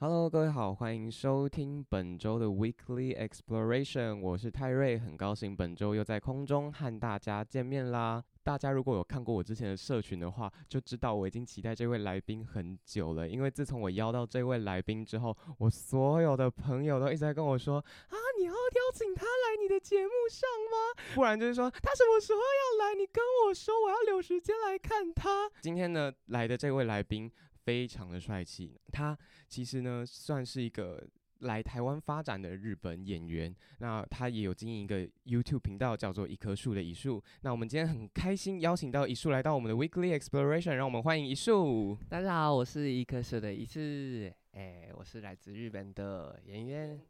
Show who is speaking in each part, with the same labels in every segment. Speaker 1: Hello，各位好，欢迎收听本周的 Weekly Exploration，我是泰瑞，很高兴本周又在空中和大家见面啦。大家如果有看过我之前的社群的话，就知道我已经期待这位来宾很久了。因为自从我邀到这位来宾之后，我所有的朋友都一直在跟我说啊，你要邀请他来你的节目上吗？不然就是说他什么时候要来，你跟我说，我要留时间来看他。今天呢，来的这位来宾非常的帅气，他其实呢，算是一个来台湾发展的日本演员。那他也有经营一个 YouTube 频道，叫做“一棵树的一树”。那我们今天很开心邀请到一树来到我们的 Weekly Exploration，让我们欢迎一树。
Speaker 2: 大家好，我是一棵树的一次，哎、我是来自日本的演员，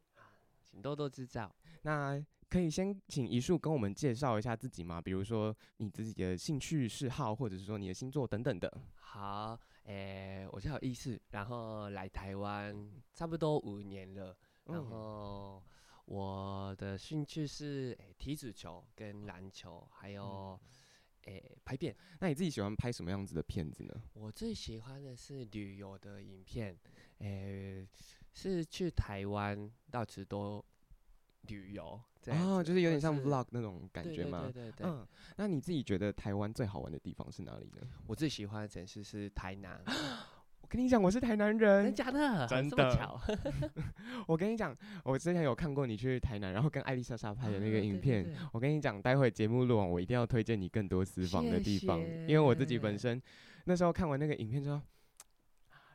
Speaker 2: 请多多指教。
Speaker 1: 那可以先请一树跟我们介绍一下自己吗？比如说你自己的兴趣嗜好，或者是说你的星座等等的。
Speaker 2: 好，哎、我叫一次，然后来台湾差不多五年了，然
Speaker 1: 嗯，
Speaker 2: 后我的兴趣是哎、踢足球跟篮球，还有哎、拍片。
Speaker 1: 那你自己喜欢拍什么样子的片子呢？
Speaker 2: 我最喜欢的是旅游的影片，诶、是去台湾到处都旅游，这样
Speaker 1: 哦，
Speaker 2: 子
Speaker 1: 就是有
Speaker 2: 或
Speaker 1: 点像
Speaker 2: 是
Speaker 1: vlog 那种感
Speaker 2: 对
Speaker 1: 觉
Speaker 2: 对
Speaker 1: 吗
Speaker 2: 对？对对，
Speaker 1: 嗯，那你自己觉得台湾最好玩的地方是哪里呢？
Speaker 2: 我最喜欢的城市是台南，
Speaker 1: 我跟你讲，我是台南
Speaker 2: 真
Speaker 1: 人，
Speaker 2: 假的？
Speaker 1: 真
Speaker 2: 这么
Speaker 1: 的
Speaker 2: 巧？
Speaker 1: 我跟你讲，我之前有看过你去台南，然后跟艾丽莎莎拍的那
Speaker 2: 啊
Speaker 1: 个影片。，
Speaker 2: 对对对
Speaker 1: 我跟你讲，待会节目录完，我一定要推荐你更多私房的地方，
Speaker 2: 谢谢
Speaker 1: 因为我自己本身那时候看完那个影片之后，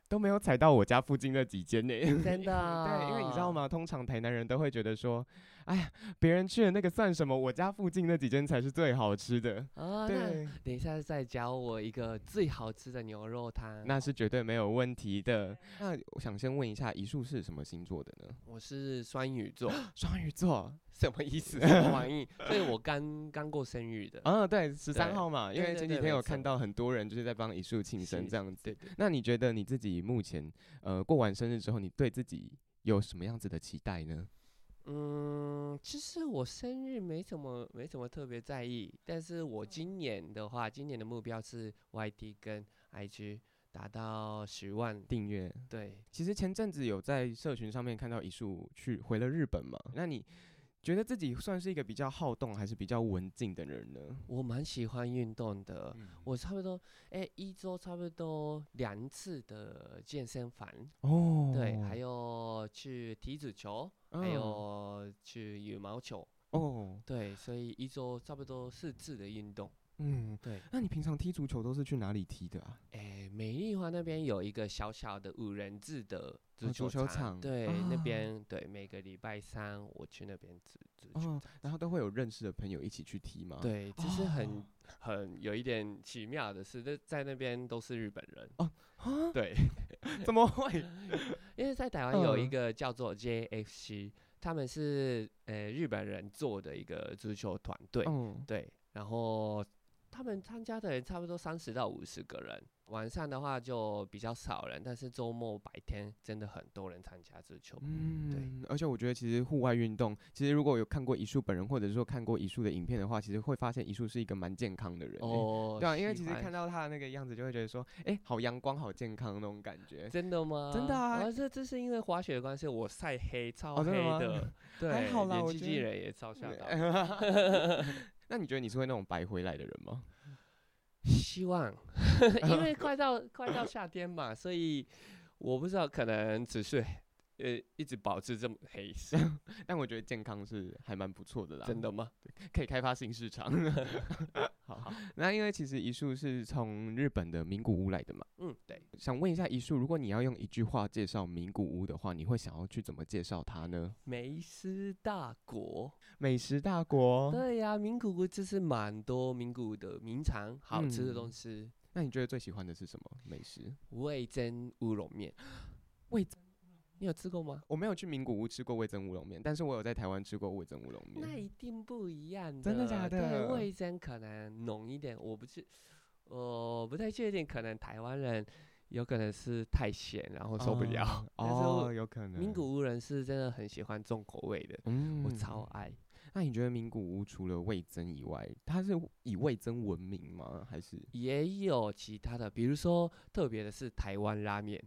Speaker 1: 都没有踩到我家附近那几间呢。
Speaker 2: 真 的，
Speaker 1: 对，因为你知道？吗？通常台南人都会觉得说，哎呀，别人去的那个算什么？我家附近那几间才是最好吃的。
Speaker 2: 啊，那
Speaker 1: 对，
Speaker 2: 等一下再教我一个最好吃的牛肉汤。
Speaker 1: 那是绝对没有问题的。那我想先问一下，一树是什么星座的呢？
Speaker 2: 我是双鱼 座，
Speaker 1: 双鱼座。
Speaker 2: 什么意思？双 鱼，所以我刚刚过生日的。
Speaker 1: 啊，对，十三
Speaker 2: 对
Speaker 1: 号嘛，因
Speaker 2: 对
Speaker 1: 为
Speaker 2: 对
Speaker 1: 前几
Speaker 2: 对
Speaker 1: 天
Speaker 2: 没
Speaker 1: 有
Speaker 2: 错
Speaker 1: 看到很多人就是在帮一树庆生
Speaker 2: 是
Speaker 1: 这样子。
Speaker 2: 对对，
Speaker 1: 那你觉得你自己目前呃过完生日之后，你对自己有什么样子的期待呢？
Speaker 2: 嗯，其实我生日没什么没什么特别在意，但是我今年的话，今年的目标是 YT 跟 IG 达到十万。
Speaker 1: 订阅，
Speaker 2: 对，
Speaker 1: 其实前阵子有在社群上面看到一树去回了日本嘛，那你觉得自己算是一个比较好动还是比较文静的人呢？
Speaker 2: 我蛮喜欢运动的，
Speaker 1: 嗯
Speaker 2: 我差不多哎、一周差不多两次的健身房，
Speaker 1: 哦
Speaker 2: 对，还有去踢足球，还
Speaker 1: 嗯
Speaker 2: 有去羽毛球，
Speaker 1: 哦，
Speaker 2: 对，所以一周差不多四次的运动。
Speaker 1: 嗯，
Speaker 2: 对，
Speaker 1: 那你平常踢足球都是去哪里踢的啊？
Speaker 2: 哎，美丽华那边有一个小小的五人制的
Speaker 1: 哦
Speaker 2: 足球
Speaker 1: 足球场
Speaker 2: 对，那
Speaker 1: 啊
Speaker 2: 边对每个礼拜三我去那边足足球，
Speaker 1: 哦，然后都会有认识的朋友一起去踢吗？。
Speaker 2: 对，只是很、
Speaker 1: 哦
Speaker 2: 很有一点奇妙的是，那在那边都是日本人，
Speaker 1: 啊，
Speaker 2: 对，
Speaker 1: 怎么会？
Speaker 2: 因为在台湾有一
Speaker 1: 嗯
Speaker 2: 个叫做 JFC，他们是呃日本人做的一个足球团队，
Speaker 1: 嗯，
Speaker 2: 对，然后他们参加的人差不多三十到五十个人，晚上的话就比较少人，但是周末白天真的很多人参加足球。
Speaker 1: 嗯，而且我觉得其实户外运动，其实如果有看过一树本人，或者说看过一树的影片的话，其实会发现一树是一个蛮健康的人欸。
Speaker 2: 哦，
Speaker 1: 对啊，因为其
Speaker 2: 喜
Speaker 1: 实
Speaker 2: 欢
Speaker 1: 看到他的那个样子，就会觉得说，哎、好阳光，好健康那种感觉。
Speaker 2: 真的吗？
Speaker 1: 真的啊
Speaker 2: 哦这这是因为滑雪的关系，我晒黑，超
Speaker 1: 哦
Speaker 2: 黑
Speaker 1: 真的吗
Speaker 2: 的，对，
Speaker 1: 还好啦
Speaker 2: 连
Speaker 1: 我
Speaker 2: 经
Speaker 1: 觉
Speaker 2: 纪
Speaker 1: 得
Speaker 2: 人也超吓到。
Speaker 1: 那你觉得你是会那种白回来的人吗？
Speaker 2: 希望，因为快到快到夏天嘛，所以我不知道，可能只是呃一直保持这么黑 色，
Speaker 1: 但我觉得健康是还蛮不错的啦，
Speaker 2: 真的吗？
Speaker 1: 可以开发新市场。 好，那因为其实一树是从日本的名古屋来的嘛，
Speaker 2: 嗯，对，
Speaker 1: 想问一下一树，如果你要用一句话介绍名古屋的话，你会想要去怎么介绍它呢？
Speaker 2: 梅斯大国，
Speaker 1: 美食大国，
Speaker 2: 对呀、名古屋就是蛮多名古屋的名产，好吃的
Speaker 1: 嗯
Speaker 2: 东西，
Speaker 1: 那你觉得最喜欢的是什么美食？
Speaker 2: 味噌乌龙面，
Speaker 1: 味噌
Speaker 2: 你有吃过吗？
Speaker 1: 我没有去名古屋吃过味噌乌龙面，但是我有在台湾吃过味噌乌龙
Speaker 2: 那
Speaker 1: 面。
Speaker 2: 一定不一样的，
Speaker 1: 真的假的
Speaker 2: 对，味噌可能浓一点，我不是，我不太确定，可能台湾人有可能是太咸，然后受不了。但是
Speaker 1: 哦，
Speaker 2: 我
Speaker 1: 有可能。
Speaker 2: 名，古屋人是真的很喜欢重口味的，
Speaker 1: 嗯
Speaker 2: 我超。爱。
Speaker 1: 那你觉得名古屋除了味噌以外，它是以味噌闻名吗？还 是
Speaker 2: 也有其他的，比如说特别的是台湾拉面，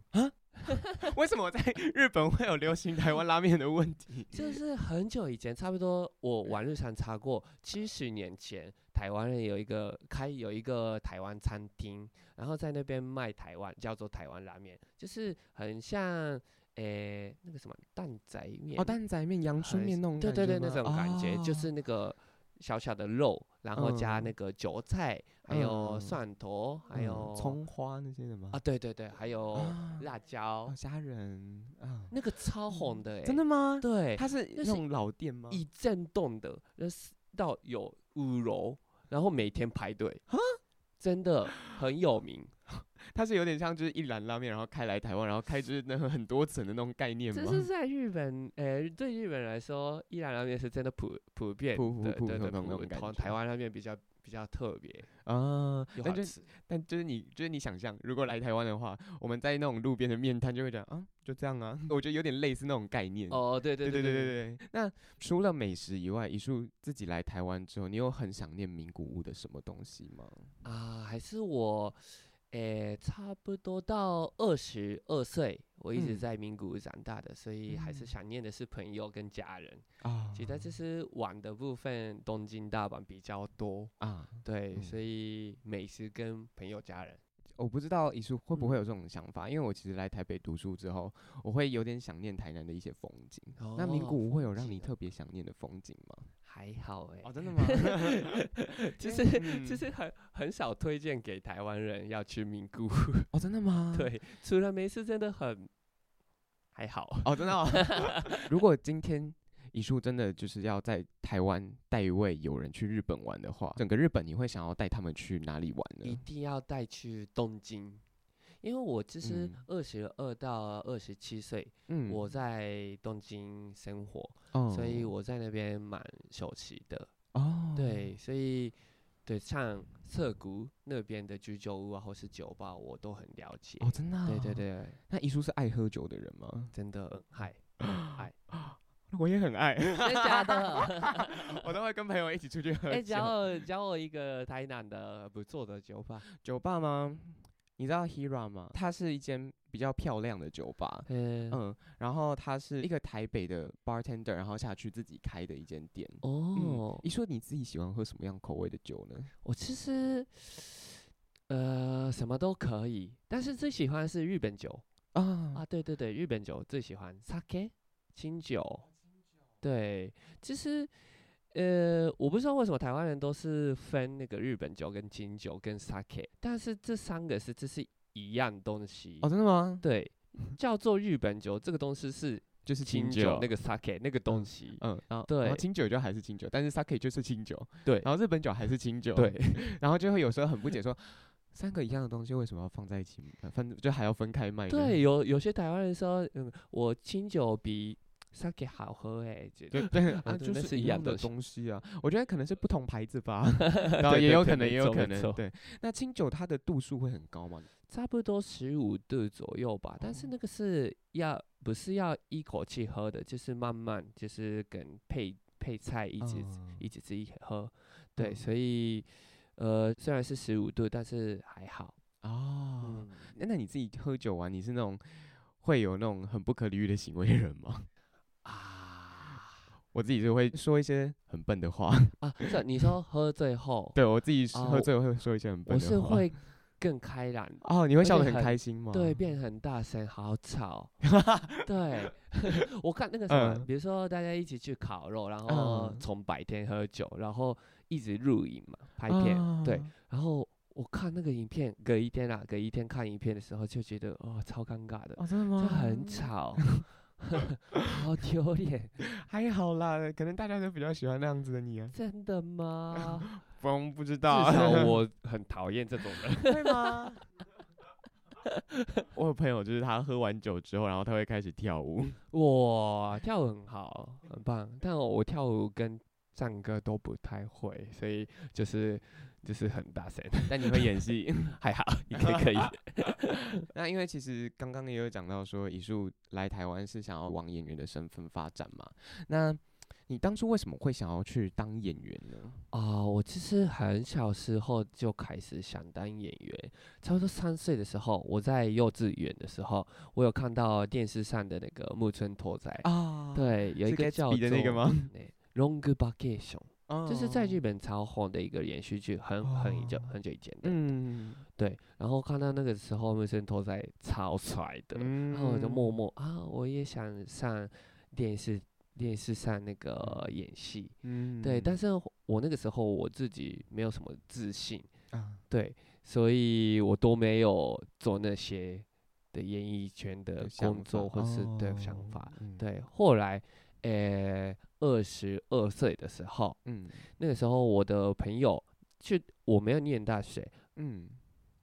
Speaker 1: 为什么在日本会有流行台湾拉面的问题？
Speaker 2: 就是很久以前，差不多我网络上查过，七十年前台湾人有一个开有一个台湾餐厅，然后在那边卖台湾叫做台湾拉面，就是很像诶、那个什么蛋仔面
Speaker 1: 哦，蛋仔面、阳春
Speaker 2: 很
Speaker 1: 面那种
Speaker 2: 对
Speaker 1: 感
Speaker 2: 对
Speaker 1: 觉
Speaker 2: 对那
Speaker 1: 吗
Speaker 2: 种感觉，就
Speaker 1: 哦
Speaker 2: 是那个小小的肉，然后加
Speaker 1: 嗯
Speaker 2: 那个韭菜，还
Speaker 1: 嗯
Speaker 2: 有蒜头，还
Speaker 1: 嗯
Speaker 2: 有
Speaker 1: 葱花那些的吗
Speaker 2: 啊，？对对对，还有
Speaker 1: 啊
Speaker 2: 辣椒
Speaker 1: 哦，，虾仁啊，
Speaker 2: 那个超红的、欸，
Speaker 1: 真的吗？
Speaker 2: 对，
Speaker 1: 它是那
Speaker 2: 是
Speaker 1: 种老店吗？
Speaker 2: 一震动的，那是到有五楼，然后每天排队真的很有名，
Speaker 1: 它是有点像就是一兰拉面，然后开来台湾，然后开就是那很多层的那种概念吗
Speaker 2: 这？是在日本，呃，对日本人来说，伊兰拉面是真的普普遍
Speaker 1: 普普
Speaker 2: 的，
Speaker 1: 普
Speaker 2: 对
Speaker 1: 通
Speaker 2: 对，
Speaker 1: 通那
Speaker 2: 普
Speaker 1: 种感
Speaker 2: 通，
Speaker 1: 觉
Speaker 2: 台湾拉面比较比较特别，
Speaker 1: 啊，
Speaker 2: 又
Speaker 1: 但
Speaker 2: 好
Speaker 1: 就是
Speaker 2: 吃，
Speaker 1: 但就是你就是你想象，如果来台湾的话，我们在那种路边的面摊就会讲啊，就这样啊， 我觉得有点类似那种概念。
Speaker 2: 哦，对对
Speaker 1: 对
Speaker 2: 对
Speaker 1: 对对对。那除了美食以外，一树自己来台湾之后，你有很想念名古屋的什么东西吗？
Speaker 2: 啊，还是我，诶，差不多到二十二岁，我一直
Speaker 1: 嗯
Speaker 2: 在名古屋长大的，所以还是
Speaker 1: 嗯
Speaker 2: 想念的是朋友跟家人。
Speaker 1: 啊
Speaker 2: 其他就是玩的部分，东京、大阪比较多，
Speaker 1: 啊，
Speaker 2: 对，
Speaker 1: 嗯
Speaker 2: 所以美食跟朋友、家人，
Speaker 1: 我不知道一树会不会有这种想法，因为我其实来台北读书之后，我会有点想念台南的一些风景。那名
Speaker 2: 哦
Speaker 1: 古屋会有让
Speaker 2: 景
Speaker 1: 你
Speaker 2: 哦
Speaker 1: 特别想念的风景吗？
Speaker 2: 还好哎、
Speaker 1: 真的吗？
Speaker 2: 其
Speaker 1: 因
Speaker 2: 实
Speaker 1: 为
Speaker 2: 其
Speaker 1: 嗯
Speaker 2: 实很很少推荐给台湾人要去名古屋，
Speaker 1: 哦，真的吗？，
Speaker 2: 对，除了没事真的很还好，
Speaker 1: 哦，真的、哦。 如果今天一树真的就是要在台湾带一位友人去日本玩的话，整个日本你会想要带他们去哪里玩
Speaker 2: 一
Speaker 1: 呢？
Speaker 2: 定要带去东京，因为我就是
Speaker 1: 嗯
Speaker 2: 二十二到二十七岁，
Speaker 1: 嗯
Speaker 2: 我在东京生活，
Speaker 1: 哦
Speaker 2: 所以我在那边蛮熟悉的。
Speaker 1: 哦，
Speaker 2: 对，所以对像涩谷那边的居酒屋啊，或是酒吧，我都很了解。
Speaker 1: 哦，真的、
Speaker 2: 对对。对，
Speaker 1: 那一树是爱喝酒的人吗？
Speaker 2: 真的很嗨，很嗨，
Speaker 1: 我也很爱，
Speaker 2: 真的假的？
Speaker 1: 我都会跟朋友一起出去喝
Speaker 2: 哎，
Speaker 1: 酒。
Speaker 2: 教我教我一个台南的不错的酒吧。
Speaker 1: 酒吧吗？你知道 Hira 吗？它是一间比较漂亮的酒吧。
Speaker 2: 嗯，
Speaker 1: 嗯，然后它是一个台北的 bartender，然后下去自己开的一间店。
Speaker 2: 哦，
Speaker 1: 一说你自己喜欢喝什么样口味的酒呢？
Speaker 2: 我其实呃什么都可以，但是最喜欢是日本酒
Speaker 1: 啊
Speaker 2: 啊。对对对，日本酒最喜欢 sake 清酒。对，其实呃，我不知道为什么台湾人都是分那个日本酒、跟清酒、跟 sake，但是这三个是这是一样东西。
Speaker 1: 哦，真的吗？
Speaker 2: 对，
Speaker 1: 嗯
Speaker 2: 叫做日本酒这个东西是
Speaker 1: 就是
Speaker 2: 清
Speaker 1: 酒
Speaker 2: 那个 sake 那个东西。
Speaker 1: 嗯，然后然后
Speaker 2: 对
Speaker 1: 清酒就还是清酒，但是 sake 就是清酒，
Speaker 2: 对
Speaker 1: 然后日本酒还是清酒，
Speaker 2: 对，
Speaker 1: 然后就会有时候很不解说，三个一样的东西为什么要放在一起，呃分就还要分开卖呢？
Speaker 2: 对，有有些台湾人说，嗯，我清酒比 sake 好喝哎、欸，觉
Speaker 1: 对
Speaker 2: 得
Speaker 1: 对，
Speaker 2: 啊
Speaker 1: 啊，
Speaker 2: 对
Speaker 1: 就
Speaker 2: 那
Speaker 1: 是
Speaker 2: 是
Speaker 1: 一
Speaker 2: 一
Speaker 1: 样
Speaker 2: 样
Speaker 1: 的
Speaker 2: 东西
Speaker 1: 东西啊。我觉得可能是不同牌子 吧，然后
Speaker 2: 对
Speaker 1: 也
Speaker 2: 对
Speaker 1: 有
Speaker 2: 对
Speaker 1: 可能，
Speaker 2: 没
Speaker 1: 也有
Speaker 2: 错
Speaker 1: 可
Speaker 2: 没
Speaker 1: 能。
Speaker 2: 错
Speaker 1: 对，那清酒它的度数会很高吗？
Speaker 2: 差不多十五度左右吧，但
Speaker 1: 哦
Speaker 2: 是那个是要不是要一口气喝的，就是慢慢就是跟配配菜一直
Speaker 1: 嗯
Speaker 2: 一直自己喝，对，
Speaker 1: 嗯
Speaker 2: 所以呃虽然是十五度，但是还好。
Speaker 1: 哦
Speaker 2: 嗯，，
Speaker 1: 那那你自己喝酒完，你是那种会有那种很不可理喻的行为的人吗？
Speaker 2: 啊
Speaker 1: 我自己就会说一些很笨的话，
Speaker 2: 啊，这你说喝醉后
Speaker 1: 哦，对我自己是
Speaker 2: 啊
Speaker 1: 喝
Speaker 2: 我
Speaker 1: 醉会说一些很笨
Speaker 2: 我
Speaker 1: 的话。嗯
Speaker 2: 是会更 开朗，
Speaker 1: 哦，你会笑得
Speaker 2: 而且
Speaker 1: 很
Speaker 2: 很
Speaker 1: 开心吗？
Speaker 2: 对，变很大声，好吵。对， 我看那个什么，
Speaker 1: 嗯
Speaker 2: 比如说大家一起去烤肉，然后
Speaker 1: 嗯
Speaker 2: 从白天喝酒，然后一直录影嘛，拍片。对
Speaker 1: 啊，
Speaker 2: 然后我看那个影片，隔一天啊啦，隔一天看影片的时候就觉得哦，超尴尬的，
Speaker 1: 哦，真的
Speaker 2: 就
Speaker 1: 吗？
Speaker 2: 很，吵， 好丢脸。
Speaker 1: 还好啦，可能大家都比较喜欢那样子的你啊。
Speaker 2: 真 的吗？
Speaker 1: 风不知
Speaker 2: 至
Speaker 1: 道，
Speaker 2: 少我很讨厌这种 人。
Speaker 1: 会吗？我有朋友就是他喝完酒之后，然后他会开始跳舞。
Speaker 2: 哇，跳舞很好，很棒，但我跳舞跟唱歌都不太会，所以就是就是很大声，
Speaker 1: 但你会演戏？
Speaker 2: 还好，应该 可以。
Speaker 1: 那因为其实刚刚也有讲到说，艺术来台湾是想要往演员的身份发展嘛。那你当初为什么会想要去当演员呢？
Speaker 2: 啊、我其实很小时候就开始想当演员，差不多三岁的时候，我在幼稚园的时候，我有看到电视上的那个木村拓哉，
Speaker 1: 啊，
Speaker 2: 对，有一
Speaker 1: 是
Speaker 2: 个
Speaker 1: Gatsby
Speaker 2: 叫做
Speaker 1: 的那个吗？
Speaker 2: 对龙哥巴克熊，
Speaker 1: 哦
Speaker 2: 就是在日本超红的一个连续剧，很很久
Speaker 1: 哦
Speaker 2: 很久以前的。
Speaker 1: 嗯
Speaker 2: 对，然后看到那个时候木村拓哉超帅的，
Speaker 1: 嗯
Speaker 2: 然后我就默默啊，我也想上电视电视上那个演戏，
Speaker 1: 嗯
Speaker 2: 对，但
Speaker 1: 是
Speaker 2: 是我那个时候我自己没有什么自信，
Speaker 1: 啊
Speaker 2: 对，所以我都没有做那些的演艺圈的
Speaker 1: 的想
Speaker 2: 工作
Speaker 1: 法
Speaker 2: 或是对想
Speaker 1: 哦
Speaker 2: 法，
Speaker 1: 嗯
Speaker 2: 对，后来，呃，二十二岁的时候，
Speaker 1: 嗯
Speaker 2: 那个时候我的朋友去，我没有念大学，
Speaker 1: 嗯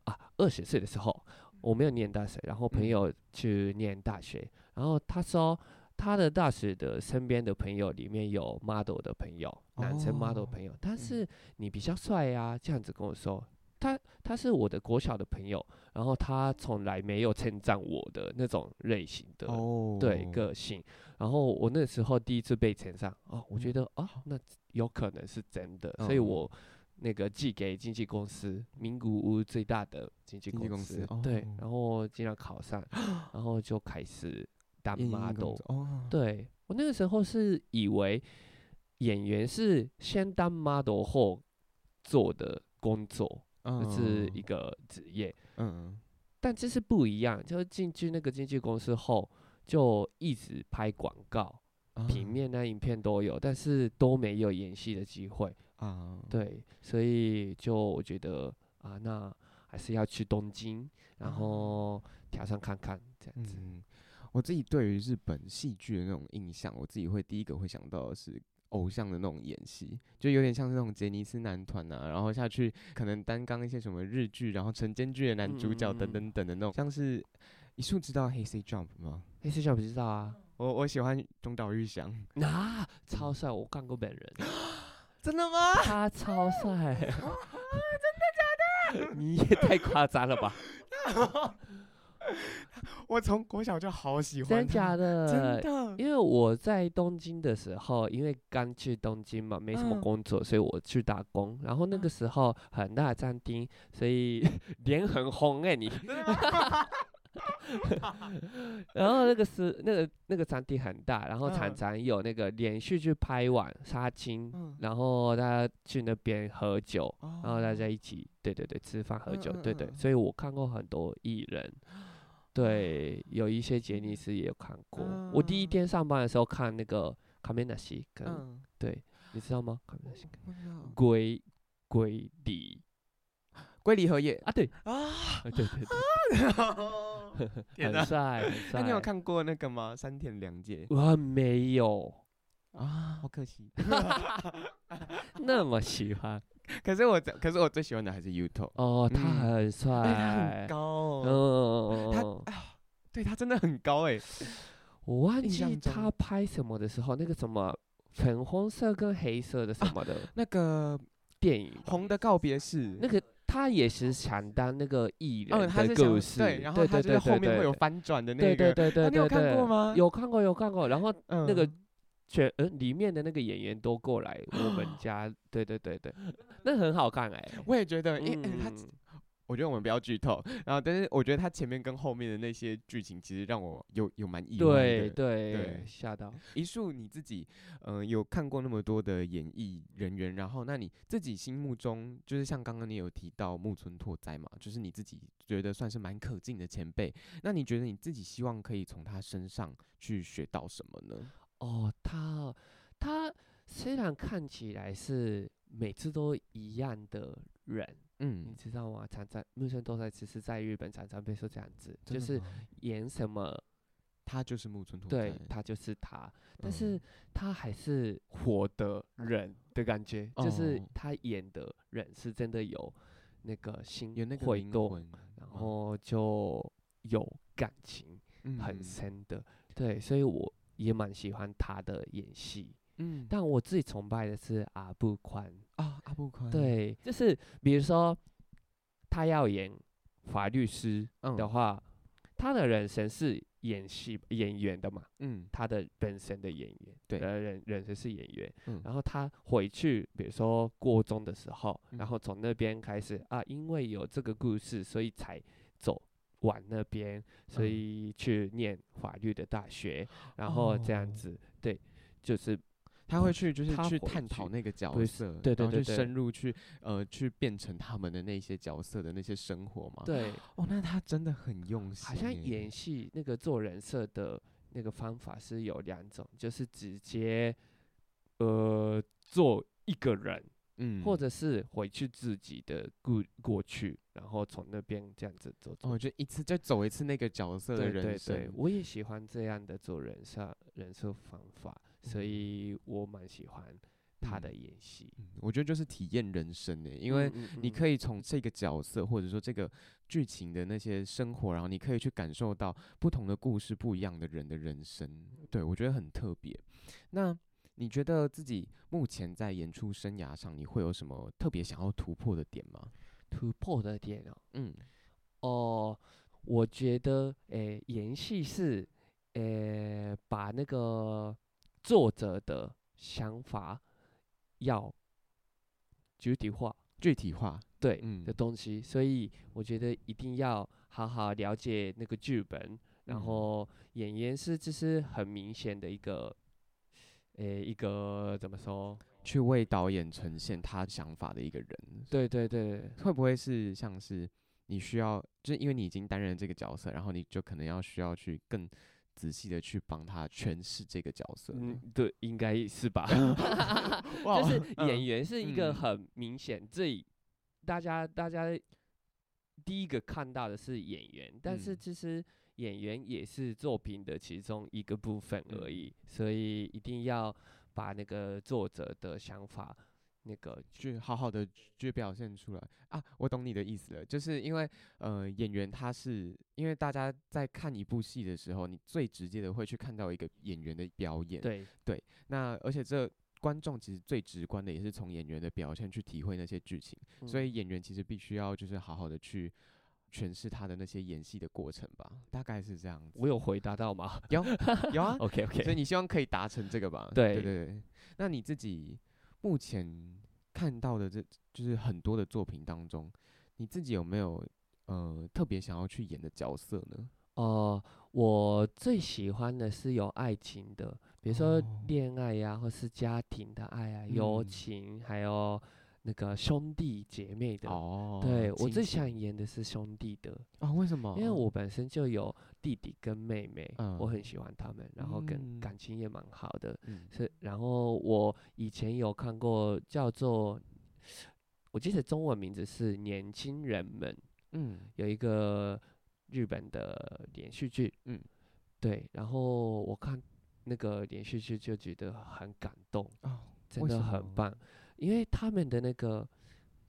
Speaker 2: 啊，二十岁的时候我没有念大学，然后朋
Speaker 1: 嗯
Speaker 2: 友去念大学，然后他说他的大学的身边的朋友里面有 model 的朋友，男生 model
Speaker 1: 哦
Speaker 2: 朋友，但
Speaker 1: 嗯
Speaker 2: 是你比较帅呀、这样子跟我说。他他是我的国小的朋友，然后他从来没有称赞我的那种类型的
Speaker 1: 哦
Speaker 2: 对个性。然后我那时候第一次被称赞，哦，我觉
Speaker 1: 嗯
Speaker 2: 得啊、那有可能是真的，所以
Speaker 1: 嗯
Speaker 2: 我那个寄给经纪公司，名古屋最大的经纪
Speaker 1: 经纪公
Speaker 2: 司，
Speaker 1: 司
Speaker 2: 对
Speaker 1: 哦，
Speaker 2: 然后竟然考上，然后就开始当
Speaker 1: 演艺工
Speaker 2: model
Speaker 1: 作。哦，
Speaker 2: 对我那个时候是以为演员是先当 model 后做的工作，这、是一
Speaker 1: 嗯
Speaker 2: 个职业。
Speaker 1: 嗯
Speaker 2: 但这是不一样，就是进去那个经纪公司后，就一直拍广告，
Speaker 1: 啊
Speaker 2: 平面啊、影片都有，但是都没有演戏的机会。
Speaker 1: 啊，
Speaker 2: 对，所以就我觉得啊，那还是要去东京，然
Speaker 1: 啊
Speaker 2: 后挑战看看这样子。
Speaker 1: 嗯，我自己对于日本戏剧的那种印象，我自己会第一个会想到的是偶像的那种演戏，就有点像是那种杰尼斯男团啊，然后下去可能担纲一些什么日剧，然后晨间剧的男主角
Speaker 2: 嗯嗯
Speaker 1: 等
Speaker 2: 嗯
Speaker 1: 等等的那种，像是一树知道黑 C Jump 吗？
Speaker 2: 黑色小不知道啊，
Speaker 1: 我我喜欢中岛裕 翔，
Speaker 2: 啊，超帅，我看过本人，
Speaker 1: 真的吗？
Speaker 2: 他超帅， 真的假的？ 你也太夸张了 吧？
Speaker 1: 我从国小就好喜欢
Speaker 2: 真
Speaker 1: 他，
Speaker 2: 假的？
Speaker 1: 真的，
Speaker 2: 因为我在东京的时候，因为刚去东京嘛，没什么
Speaker 1: 嗯
Speaker 2: 工作，所以我去打工。然后那个时候很大的餐厅，所以 脸很红哎、你。 然后那个是那个那个餐厅很大，然后常
Speaker 1: 嗯
Speaker 2: 常有那个连续去拍晚杀青，
Speaker 1: 嗯
Speaker 2: 然后大家去那边喝酒，
Speaker 1: 然
Speaker 2: 然后哦大家一起对对对吃饭喝
Speaker 1: 哦嗯
Speaker 2: 酒，
Speaker 1: 嗯
Speaker 2: 对对
Speaker 1: 嗯，啊
Speaker 2: 所以我看过很多艺人。对，有一些杰尼斯也有看过。我第一
Speaker 1: 嗯
Speaker 2: 天上班的时候看那个卡梅纳西，跟、
Speaker 1: 嗯，
Speaker 2: 对，你知道吗？卡梅纳西
Speaker 1: 不知道
Speaker 2: 龟龟梨
Speaker 1: 龟梨和也
Speaker 2: 啊，对
Speaker 1: 啊，
Speaker 2: 啊对对对，
Speaker 1: 天哪
Speaker 2: 很！帅很帅。
Speaker 1: 那你有看过那个吗？山田凉介
Speaker 2: 我没有
Speaker 1: 啊，好可惜。
Speaker 2: 那么喜欢
Speaker 1: 可是我最，可是我最喜欢的还是 Uto，
Speaker 2: 哦，他
Speaker 1: 嗯
Speaker 2: 很
Speaker 1: 哎，他
Speaker 2: 帅
Speaker 1: 很，高
Speaker 2: 嗯
Speaker 1: 哦，
Speaker 2: 嗯嗯
Speaker 1: 他
Speaker 2: 嗯嗯，
Speaker 1: 对他真的很高哎。
Speaker 2: 我忘
Speaker 1: 印
Speaker 2: 记
Speaker 1: 象中
Speaker 2: 他拍什么的时候，那个什么粉红色跟黑色的什么的
Speaker 1: 那个
Speaker 2: 电影吧，
Speaker 1: 啊红的告别式，
Speaker 2: 那个他也是想当那个艺
Speaker 1: 嗯，
Speaker 2: 人
Speaker 1: 他
Speaker 2: 的
Speaker 1: 是
Speaker 2: 故
Speaker 1: 想
Speaker 2: 事，
Speaker 1: 对，然后他就是
Speaker 2: 对
Speaker 1: 后面
Speaker 2: 对
Speaker 1: 会有
Speaker 2: 对
Speaker 1: 翻转的
Speaker 2: 对
Speaker 1: 那
Speaker 2: 对
Speaker 1: 个，
Speaker 2: 对对，
Speaker 1: 啊你有
Speaker 2: 对
Speaker 1: 看过
Speaker 2: 对
Speaker 1: 吗嗯
Speaker 2: 有看过有看过，然后
Speaker 1: 那
Speaker 2: 那个全嗯里面的那个演员都过 来我们家，对对对对，那很好看哎，
Speaker 1: 呃嗯我也觉得，因为哎他
Speaker 2: 嗯
Speaker 1: 我觉得我们不要剧透。然后，但是我觉得他前面跟后面的那些剧情，其实让我有有蛮意外的。
Speaker 2: 对对
Speaker 1: 对，
Speaker 2: 吓到。
Speaker 1: 一树你自己，呃，有看过那么多的演艺人员，然后那你自己心目中，就是像刚刚你有提到木村拓哉嘛，就是你自己觉得算是蛮可敬的前辈，那你觉得你自己希望可以从他身上去学到什么呢？
Speaker 2: 哦，他他虽然看起来是每次都一样的人，你
Speaker 1: 嗯，
Speaker 2: 知道吗？常常木村拓哉其实在日本常常被说这样子，
Speaker 1: 真
Speaker 2: 就
Speaker 1: 的
Speaker 2: 是
Speaker 1: 吗
Speaker 2: 演什么，
Speaker 1: 他就是木村拓
Speaker 2: 对
Speaker 1: 哉，
Speaker 2: 他就是他，但
Speaker 1: 嗯
Speaker 2: 是他还是活的人的感觉，就是
Speaker 1: 哦
Speaker 2: 他演的人是真的有那个心
Speaker 1: 有那个
Speaker 2: 会
Speaker 1: 灵
Speaker 2: 动，
Speaker 1: 魂，
Speaker 2: 然
Speaker 1: 嗯
Speaker 2: 后就有感情很
Speaker 1: 嗯，
Speaker 2: 深的，对，所以我也蛮喜欢他的演戏。
Speaker 1: 嗯，
Speaker 2: 但我最崇拜的是阿布宽，
Speaker 1: 啊，阿布宽，，
Speaker 2: 对，就是比如说他要演法律师
Speaker 1: 嗯
Speaker 2: 的话，他的人生是演戏演员的嘛，
Speaker 1: 嗯
Speaker 2: 他的本身的演员，
Speaker 1: 对
Speaker 2: 呃人人生是演员，
Speaker 1: 嗯
Speaker 2: 然后他回去，比如说国中的时候，
Speaker 1: 嗯
Speaker 2: 然后从那边开始啊，因为有这个故事，所以才走往那边，
Speaker 1: 嗯
Speaker 2: 所以去念法律的大学，然后这样
Speaker 1: 哦
Speaker 2: 子，对，就是
Speaker 1: 他会去就是
Speaker 2: 他
Speaker 1: 去
Speaker 2: 回
Speaker 1: 探讨
Speaker 2: 去
Speaker 1: 那个角
Speaker 2: 对
Speaker 1: 色，
Speaker 2: 对对
Speaker 1: 然后
Speaker 2: 对
Speaker 1: 去
Speaker 2: 对
Speaker 1: 深入去呃去变成他们的那些角色的那些生活嘛。，
Speaker 2: 对，
Speaker 1: 哦，那他真的很用心耶，
Speaker 2: 好像演戏那个做人设的那个方法是有两种，就是直接呃做一个人，
Speaker 1: 嗯
Speaker 2: 或者是回去自己的故过去，然后从那边这样子走走。
Speaker 1: 哦，就一次就走一次那个角色的
Speaker 2: 对对
Speaker 1: 人
Speaker 2: 对
Speaker 1: 生，，
Speaker 2: 我也喜欢这样的做人设人设方法，所以我蛮喜欢他的演戏，
Speaker 1: 嗯我觉得就是体验人生的，因
Speaker 2: 嗯
Speaker 1: 为。你可
Speaker 2: 以
Speaker 1: 以从这个角色，或者说这个剧情的那些生活，然后你可以去感受到不同的故事、不一样的人的人生。对我觉得很特别。那你觉得自己目前在演出生涯上，你会有什么特别想要突破的点吗？
Speaker 2: 突破的点哦，
Speaker 1: 嗯，
Speaker 2: 哦，我觉得诶，演戏是诶，把那个作者的想法要具体化，
Speaker 1: 具体化，
Speaker 2: 对、
Speaker 1: 嗯
Speaker 2: 的东西，所以我觉得一定要好好了解那个剧本，然
Speaker 1: 嗯
Speaker 2: 后演员是这是很明显的一个。诶，一个怎么说？
Speaker 1: 去为导演呈现他想法的一个人，
Speaker 2: 对对对，
Speaker 1: 会不会是像是你需要，就是因为你已经担任这个角色，然后你就可能要需要去更仔细的去帮他诠释这个角色呢？
Speaker 2: 嗯，对，应该是 吧。
Speaker 1: 哇
Speaker 2: 就是演
Speaker 1: 嗯
Speaker 2: 员是一个
Speaker 1: 嗯
Speaker 2: 很明显最大家大家第一个看到的是演员，但是
Speaker 1: 嗯
Speaker 2: 其实演员也是作品的其中一个部分而
Speaker 1: 嗯
Speaker 2: 已，所以一定要把那个作者的想法那个
Speaker 1: 去好好的去表现出来啊！我懂你的意思了，就是因为呃，演员他是因为大家在看一部戏的时候，你最直接的会去看到一个演员的表演，
Speaker 2: 对
Speaker 1: 那而且这观众其实最直观的也是从演员的表现去体会那些剧情，所
Speaker 2: 嗯
Speaker 1: 以演员其实必须要就是好好的去诠释他的那些演戏的过程吧，大概是这样子。
Speaker 2: 我有回答到吗，
Speaker 1: 有有啊
Speaker 2: ？OK
Speaker 1: 所以
Speaker 2: OK，
Speaker 1: 你希望可以达成这个吧？对
Speaker 2: 对
Speaker 1: 对对。那你自己目前看到的这就是很多的作品当中，你自己有没有呃特别想要去演的角色呢？
Speaker 2: 哦、我最喜欢的是有爱情的，比如说
Speaker 1: 哦
Speaker 2: 恋爱呀、或是家庭的爱啊、友
Speaker 1: 嗯
Speaker 2: 情，还有那个兄弟姐妹的。
Speaker 1: 哦，
Speaker 2: 对我
Speaker 1: 亲
Speaker 2: 最
Speaker 1: 情
Speaker 2: 想演的是兄弟的，
Speaker 1: 啊，为什么？
Speaker 2: 因为我本身就有弟弟跟妹妹，我
Speaker 1: 嗯
Speaker 2: 很喜欢他们，然后
Speaker 1: 嗯
Speaker 2: 跟感情也蛮好的。
Speaker 1: 嗯
Speaker 2: 是，然后我以前有看过叫做，我记得中文名字是《年轻人们》，
Speaker 1: 嗯
Speaker 2: 有一个日本的连续剧，
Speaker 1: 嗯，
Speaker 2: 对，然后我看那个连续剧就觉得很感动，
Speaker 1: 哦，
Speaker 2: 真
Speaker 1: 为
Speaker 2: 的
Speaker 1: 什
Speaker 2: 很
Speaker 1: 么
Speaker 2: 棒，因为他们的那个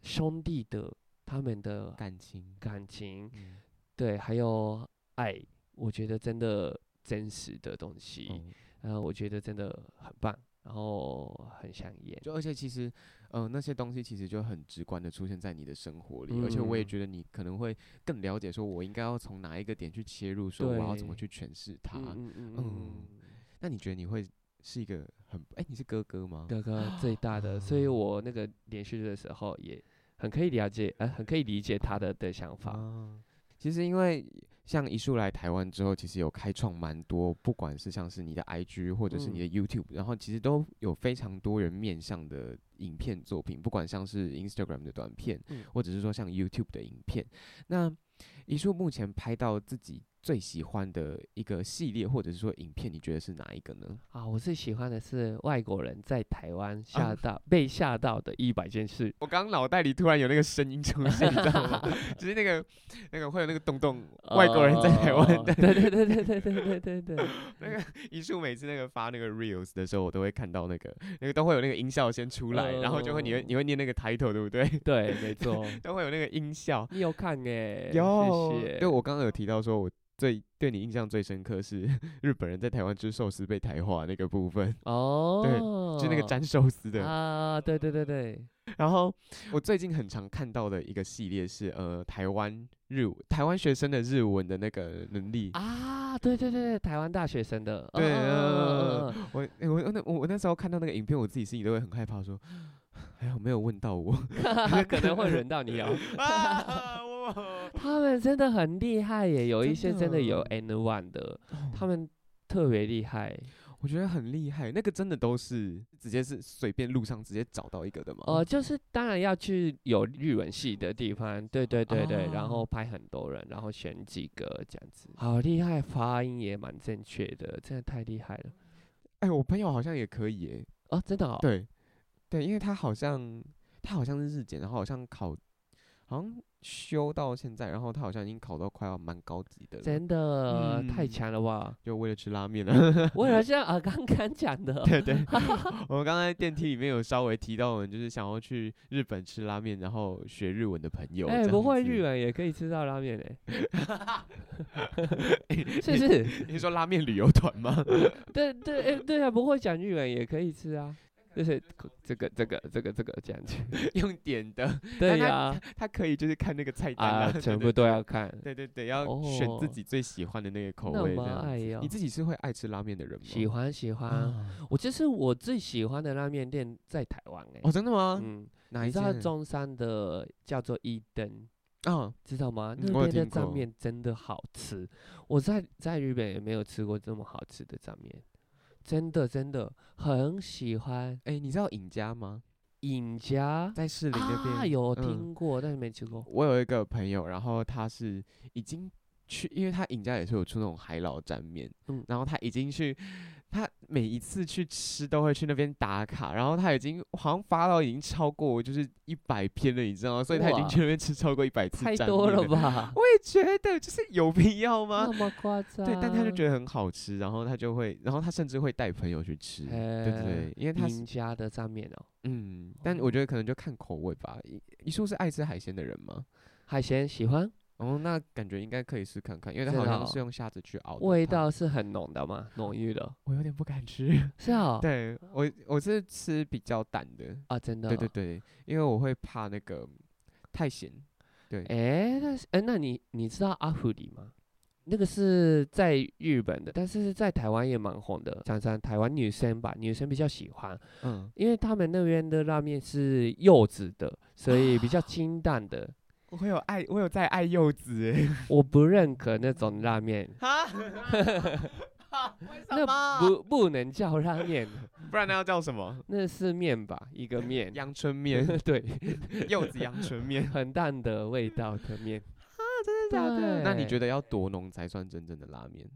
Speaker 2: 兄弟的他们的
Speaker 1: 感情，
Speaker 2: 感情，
Speaker 1: 嗯，
Speaker 2: 对，还有爱，我觉得真的真实的东西，
Speaker 1: 哦
Speaker 2: 然后我觉得真的很棒，然后很想演。
Speaker 1: 就而且其实，呃，那些东西其实就很直观的出现在你的生活里，而且我也
Speaker 2: 嗯
Speaker 1: 觉得你可能会更了解，说我应该要从哪一个点去切入，说我要怎么去
Speaker 2: 对
Speaker 1: 诠释它。
Speaker 2: 嗯嗯嗯
Speaker 1: 嗯
Speaker 2: 嗯，
Speaker 1: 那你觉得你会是一个很哎、你是哥哥吗？
Speaker 2: 哥哥最大的，所以我那个连续剧的时候也很可以了解，呃，很可以理解他的的想法。
Speaker 1: 啊，其实因为像一树来台湾之后，其实有开创蛮多，不管是像是你的 IG 或者是你的 YouTube，、然后其实都有非常多人面向的影片作品，不管像是 Instagram 的短片，
Speaker 2: 嗯
Speaker 1: 或者是说像 YouTube 的影片。那一树目前拍到自己最喜欢的一个系列或者是说影片，你觉得是哪一个呢？
Speaker 2: 啊，我最喜欢的是外国人在台湾吓到、被吓到的一百件事。
Speaker 1: 我刚脑袋里突然有那个声音出现，你知道 吗？就是那个那个会有那个洞洞，外国人在台湾
Speaker 2: 哦对对对对对对对对对，
Speaker 1: 一树每次那个发那个 reels 的时候，我都会看到那个那个都会有那个音效先出来，然后就会你
Speaker 2: 哦
Speaker 1: 会你会念那个 title 对不 对？
Speaker 2: 对，没错，
Speaker 1: 都会有那个音效。
Speaker 2: 你有看哎、谢谢。
Speaker 1: 对我刚刚有提到说，我最对你印象最深刻是 日本人在台湾吃寿司被台化那个部分，
Speaker 2: 哦，
Speaker 1: 就那个沾寿司的。
Speaker 2: 啊，对对对对，
Speaker 1: 然后我最近很常看到的一个系列是呃台湾日台湾学生的日文的那个能力。
Speaker 2: 啊，对对对对，台湾大学生的，
Speaker 1: 对，
Speaker 2: 嗯嗯嗯
Speaker 1: 呃
Speaker 2: 嗯嗯
Speaker 1: 我欸我我那我我那时候看到那个影片，我自己心里都会很害怕说还好没有问到我。
Speaker 2: 嗯可能会轮到你哦。
Speaker 1: 啊，我
Speaker 2: 他们真的很厉害耶，有一
Speaker 1: 真
Speaker 2: 些真的哦有
Speaker 1: 的
Speaker 2: N one 的，他们特别厉害。
Speaker 1: 我觉得很厉害，那个真的都是直接是随便路上直接找到一个的吗？
Speaker 2: 呃，就是当然要去有日文系的地方，对对对对，
Speaker 1: 啊
Speaker 2: 然后拍很多人，然后选几个这样子，哦好厉害，发音也蛮正确的，真的太厉害了
Speaker 1: 哎、我朋友好像也可以耶、
Speaker 2: 哦，真的哦，
Speaker 1: 对，对，因为他好像他好像是日检，然后好像考，好像修到现在，然后他好像已经考到快要蛮高级的了，
Speaker 2: 真的、太
Speaker 1: 嗯！
Speaker 2: 强了 吧
Speaker 1: 就为了吃拉面了。
Speaker 2: 我好像啊刚刚讲的，
Speaker 1: 对对， 我们刚才电梯里面有稍微提到，我们就是想要去日本吃拉面，然后学日文的朋友。
Speaker 2: 哎、
Speaker 1: 这
Speaker 2: 不
Speaker 1: 样
Speaker 2: 会
Speaker 1: 子
Speaker 2: 日文也可以吃到拉面 哎、是不是？
Speaker 1: 你是说拉面旅游团吗？
Speaker 2: 对对哎、对啊，不会讲日文也可以吃啊。就是这个这个这个这个这样子，
Speaker 1: 用点的，
Speaker 2: 对
Speaker 1: 他
Speaker 2: 呀、
Speaker 1: 他可以就是看那个菜单
Speaker 2: 啊，
Speaker 1: 啊，
Speaker 2: 全部都要看。
Speaker 1: 对对对，要选自
Speaker 2: 哦
Speaker 1: 己最喜欢的那个口
Speaker 2: 那
Speaker 1: 味这
Speaker 2: 么
Speaker 1: 样
Speaker 2: 爱
Speaker 1: 子
Speaker 2: 哟
Speaker 1: 你自己是会爱吃拉面的人吗？
Speaker 2: 喜欢喜欢，
Speaker 1: 啊？
Speaker 2: 我就是我最喜欢的拉面店在台湾哎、
Speaker 1: 哦，真的吗？
Speaker 2: 嗯，
Speaker 1: 哪
Speaker 2: 你
Speaker 1: 一
Speaker 2: 知道
Speaker 1: 间？
Speaker 2: 中山的叫做伊登，
Speaker 1: 啊，
Speaker 2: 知道吗？
Speaker 1: 嗯
Speaker 2: 那
Speaker 1: 我有
Speaker 2: 边的
Speaker 1: 听过
Speaker 2: 蘸面真的好吃，我在在日本也没有吃过这么好吃的蘸面，真的真的很喜欢。
Speaker 1: 哎，你知道尹家吗？
Speaker 2: 尹家
Speaker 1: 在士林那边
Speaker 2: 啊，有
Speaker 1: 嗯
Speaker 2: 听过，但是没吃过。
Speaker 1: 我有一个朋友，然后他是已经去，因为他尹家也是有出那种海老沾面，嗯
Speaker 2: 嗯，
Speaker 1: 然后他已经去，他每一次去吃都会去那边打卡，然后他已经好像发到已经超过就是一百篇了，你知道吗？所以他已经
Speaker 2: 哇
Speaker 1: 去那边吃超过一百次，
Speaker 2: 太多了？ 吧？
Speaker 1: 我也觉得，就是有必要吗
Speaker 2: 那？么夸张？
Speaker 1: 对，但他就觉得很好吃，然后他就会，然后他甚至会带朋友去吃，对对对，因为他是
Speaker 2: 尹家的蘸面哦，
Speaker 1: 嗯，但我觉得可能就看口味吧。一一树是爱吃海鲜的人吗？
Speaker 2: 海鲜喜欢，
Speaker 1: 哦，那感觉应该可以试看看，因为它
Speaker 2: 真
Speaker 1: 好
Speaker 2: 的
Speaker 1: 像
Speaker 2: 哦
Speaker 1: 是用虾子去熬的
Speaker 2: 味
Speaker 1: 汤，
Speaker 2: 道是很浓的嘛，浓郁的。
Speaker 1: 我有点不敢 吃。
Speaker 2: 是啊、哦，
Speaker 1: 对我，我是吃比较淡的，
Speaker 2: 啊，真的、
Speaker 1: 对对。对，因为我会怕那个太咸。对，
Speaker 2: 哎，那是哎，那你你知道阿芙里吗？那个是在日本的，但是在台湾也蛮红的。想想台湾女生吧，女生比较喜欢，
Speaker 1: 嗯，
Speaker 2: 因为他们那边的拉面是柚子的，所以比较清淡的。
Speaker 1: 我有爱，我有在爱柚子哎，
Speaker 2: 我不认可那种拉面， 那不不能叫拉面，
Speaker 1: 不然那要叫什么？
Speaker 2: 那是面吧，一个面，
Speaker 1: 阳春面，
Speaker 2: 对，
Speaker 1: 柚子阳春 面。
Speaker 2: 很淡的味道的面。
Speaker 1: 那你
Speaker 2: 对
Speaker 1: 觉得要多浓才算真正的拉面？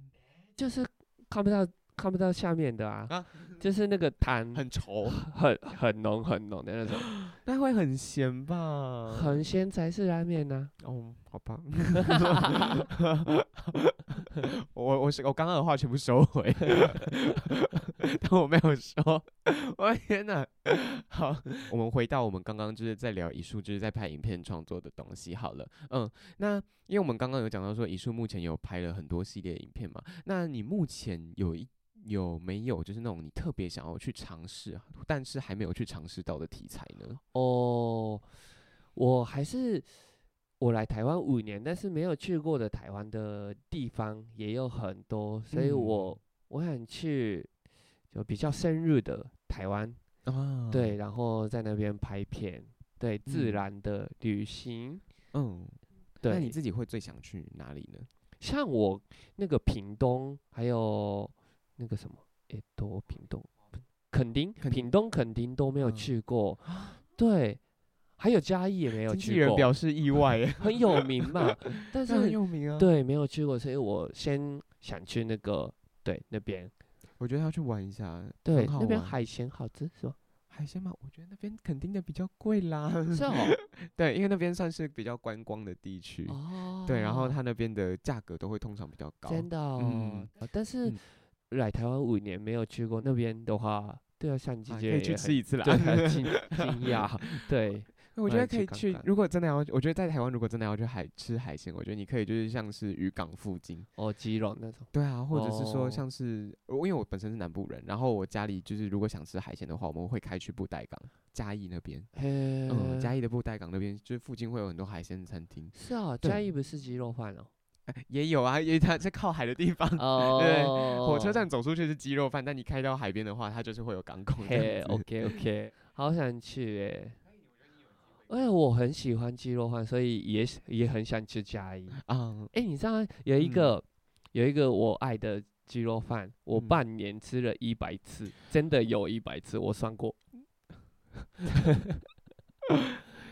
Speaker 2: 就是看不到看不到下面的啊，
Speaker 1: 啊
Speaker 2: 就是那个汤
Speaker 1: 很稠，
Speaker 2: 很很浓很浓的那种，
Speaker 1: 那会很咸吧？
Speaker 2: 很鲜才是拉面啊呐、
Speaker 1: 哦，好吧，我我是我刚刚的话全部收回，但我没有说。我的天哪！好，我们回到我们刚刚就是在聊艺术，就是在拍影片创作的东西。好了，嗯，那因为我们刚刚有讲到说艺术目前有拍了很多系列影片嘛，那你目前有一有没有就是那种你特别想要去尝试，但是还没有去尝试到的题材呢？
Speaker 2: 哦，我还是我来台湾五年，但是没有去过的台湾的地方也有很多，所以
Speaker 1: 嗯
Speaker 2: 我、我想去就比较深入的台湾，
Speaker 1: 啊
Speaker 2: 对，然后在那边拍片。对，自
Speaker 1: 嗯
Speaker 2: 然的旅行。
Speaker 1: 嗯，
Speaker 2: 对，
Speaker 1: 那你自己会最想去哪里呢？
Speaker 2: 像我那个屏东，还有那个什么，诶，多屏东，垦丁，
Speaker 1: 垦
Speaker 2: 屏东垦丁都没有
Speaker 1: 嗯
Speaker 2: 去过，对，还有嘉义也没有
Speaker 1: 经纪
Speaker 2: 去
Speaker 1: 人
Speaker 2: 过，
Speaker 1: 表示意外 耶，
Speaker 2: 很有名嘛，但
Speaker 1: 那很
Speaker 2: 是
Speaker 1: 有名啊。，
Speaker 2: 对没有去过，所以我先想去那个对那边，
Speaker 1: 我觉得要去玩一下，
Speaker 2: 对
Speaker 1: 很好
Speaker 2: 那边
Speaker 1: 玩
Speaker 2: 海鲜好吃是吗？
Speaker 1: 海鲜嘛，我觉得那边肯定的比较贵啦。
Speaker 2: 是 哦，
Speaker 1: 对，因为那边算是比较观光的地区，
Speaker 2: 哦，
Speaker 1: 对，然后它那边的价格都会通常比较高。
Speaker 2: 真的、哦
Speaker 1: 嗯
Speaker 2: 呃但是
Speaker 1: 嗯
Speaker 2: 来台湾五年没有去过那边的话，对啊，像你姐
Speaker 1: 啊、可
Speaker 2: 姐
Speaker 1: 以去
Speaker 2: 也很
Speaker 1: 吃一次啦。
Speaker 2: 对，很 惊惊讶， 对，
Speaker 1: 我觉
Speaker 2: 那
Speaker 1: 得
Speaker 2: 你
Speaker 1: 可
Speaker 2: 去
Speaker 1: 以去
Speaker 2: 看看。
Speaker 1: 如果真的要，我觉得在台湾如果真的要去海吃海鲜，我觉得你可以就是像是渔港附近，
Speaker 2: 哦，基隆那种，
Speaker 1: 对啊，或者是说
Speaker 2: 哦
Speaker 1: 像是、我因为我本身是南部人，然后我家里就是如果想吃海鲜的话，我们会开去布袋港、嘉义那边。
Speaker 2: 嘿，呃哦
Speaker 1: 嗯，嘉义的布袋港那边就是附近会有很多海鲜餐厅，
Speaker 2: 是啊，
Speaker 1: 对
Speaker 2: 嘉义不是鸡肉饭哦，
Speaker 1: 哎也有啊，因为它是靠海的地方。
Speaker 2: 哦，
Speaker 1: 火车站，走出去是鸡肉饭，但你开到海边的话，它就是会有港口这
Speaker 2: 嘿
Speaker 1: 样子。
Speaker 2: ，OK OK，好想去诶。哎，我很喜欢鸡肉饭，所以也是也很想去嘉义。
Speaker 1: 啊，
Speaker 2: 哎，你知道有一
Speaker 1: 嗯
Speaker 2: 个、有一个我爱的鸡肉饭，我
Speaker 1: 嗯
Speaker 2: 半年吃了一百次，真的有一百次，我算过。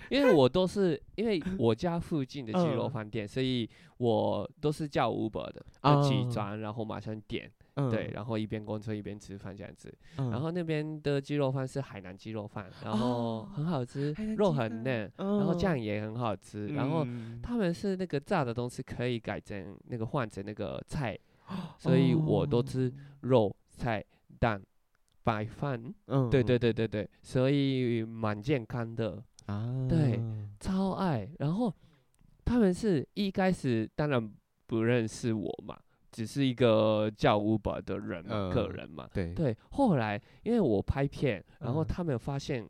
Speaker 2: 因为我都是因为我家附近的鸡肉
Speaker 1: 嗯
Speaker 2: 饭店，所以我都是叫 Uber 的，我起
Speaker 1: 啊
Speaker 2: 床然后马上点，
Speaker 1: 嗯
Speaker 2: 对，，然后一边工作一边吃饭这样子。
Speaker 1: 嗯
Speaker 2: 然后那边的鸡肉饭是海南鸡肉饭，然后
Speaker 1: 哦
Speaker 2: 很好吃
Speaker 1: 海南，
Speaker 2: 肉
Speaker 1: 鸡
Speaker 2: 很
Speaker 1: 饭
Speaker 2: 嫩，然后
Speaker 1: 嗯
Speaker 2: 酱也很好吃，然后
Speaker 1: 嗯
Speaker 2: 他们是那个炸的东西可以改成那个换成那个 菜，所以我
Speaker 1: 哦
Speaker 2: 都吃肉、菜、蛋、白饭。
Speaker 1: 嗯
Speaker 2: 对对对对对，所以蛮健康的，
Speaker 1: 啊，
Speaker 2: 对超爱。然后他们是一开始当然不认识我嘛，只是一个叫 Uber 的人嘛，个
Speaker 1: 嗯
Speaker 2: 人嘛。
Speaker 1: 对
Speaker 2: 对，后来因为我拍片，然后
Speaker 1: 嗯
Speaker 2: 他们发现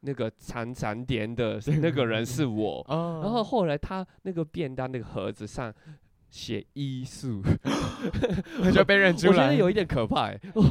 Speaker 2: 那个长长点的那个人是我，
Speaker 1: 哦
Speaker 2: 然后后来他那个便当那个盒子上写 医术，
Speaker 1: 他就被认出
Speaker 2: 我觉
Speaker 1: 来，
Speaker 2: 得有一点可怕、欸， 哦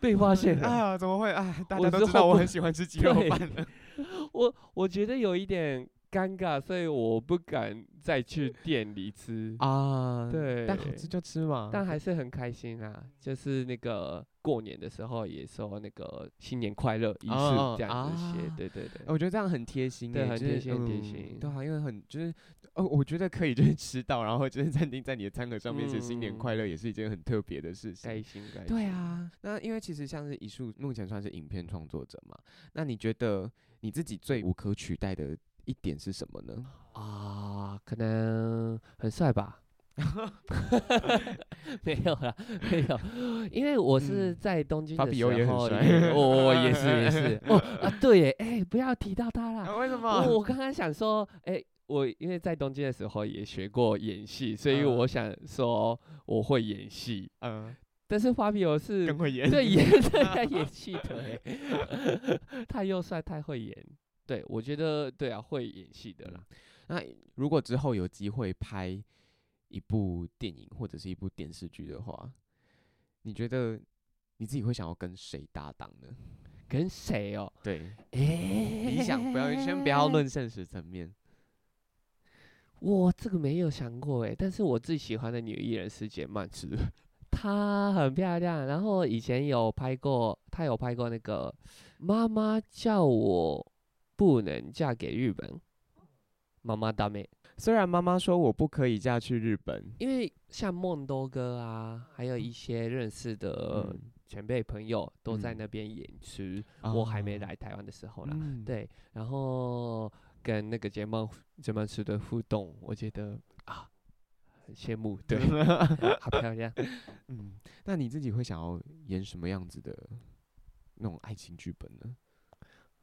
Speaker 2: 被发现了。
Speaker 1: 啊，怎么会啊？大
Speaker 2: 我
Speaker 1: 家都
Speaker 2: 之
Speaker 1: 知道
Speaker 2: 后
Speaker 1: 我
Speaker 2: 不
Speaker 1: 很喜欢吃鸡肉
Speaker 2: 对
Speaker 1: 饭了，
Speaker 2: 我我觉得有一点尴尬，所以我不敢再去店里吃，
Speaker 1: 啊
Speaker 2: 对
Speaker 1: 但好吃就吃嘛，
Speaker 2: 但还是很开心啊。就是那个过年的时候也说那个新年快乐一次
Speaker 1: 哦
Speaker 2: 这样子写，
Speaker 1: 啊
Speaker 2: 对对对。
Speaker 1: 我觉得这样很贴心
Speaker 2: 对
Speaker 1: 耶，
Speaker 2: 很
Speaker 1: 就
Speaker 2: 贴
Speaker 1: 是
Speaker 2: 心很贴
Speaker 1: 嗯
Speaker 2: 心
Speaker 1: 对啊，因为很就是，哦，我觉得可以就是吃到，然后就是餐厅在你的餐盒上面写新年
Speaker 2: 嗯
Speaker 1: 快乐，也是一件很特别的事情
Speaker 2: 开。心，开心。
Speaker 1: 对，啊，那因为其实像是一树目前算是影片创作者嘛，那你觉得你自己最无可取代的一点是什么呢？
Speaker 2: 啊，可能很帅吧？ 没有啦，没有，因为我是
Speaker 1: 嗯
Speaker 2: 在东京
Speaker 1: 芭
Speaker 2: 的
Speaker 1: 比欧也
Speaker 2: 时
Speaker 1: 很
Speaker 2: 候
Speaker 1: 帅
Speaker 2: 也，哦，也是 也是，哦啊，对耶，哎，不要提到他啦。
Speaker 1: 啊
Speaker 2: 哦
Speaker 1: 为什
Speaker 2: 我我刚刚想说，哎，我因为在东京的时候也学过演戏，所以
Speaker 1: 嗯
Speaker 2: 我想说我会演戏，
Speaker 1: 嗯，
Speaker 2: 但是芭比欧是
Speaker 1: 更会演。
Speaker 2: 对 演对在演戏的耶， 太又帅太会演，对我觉得对啊，会演戏的
Speaker 1: 嗯
Speaker 2: 啦。
Speaker 1: 那如果之后有机会拍一部电影或者是一部电视剧的话，你觉得你自己会想要跟谁搭档呢？
Speaker 2: 跟谁哦？
Speaker 1: 对，
Speaker 2: 理
Speaker 1: 理想不要先不要。论现实层面。
Speaker 2: 我这个没有想过哎，但是我最喜欢的女艺人是简曼芝， 她很漂亮。然后以前有拍过，她有拍过那个《妈妈叫我不能嫁给日本》，妈妈大妹。
Speaker 1: 虽然妈妈说我不可以嫁去日本，
Speaker 2: 因为像梦多哥啊，还有一些认识的
Speaker 1: 嗯
Speaker 2: 前辈朋友都在
Speaker 1: 嗯
Speaker 2: 那边演出。我还没
Speaker 1: 啊
Speaker 2: 来台湾的时候啦，
Speaker 1: 嗯
Speaker 2: 对，然后跟那个睫毛睫毛师的互动，我觉得啊，很羡慕，对， 好漂亮。
Speaker 1: 嗯，那你自己会想要演什么样子的那种爱情剧本呢？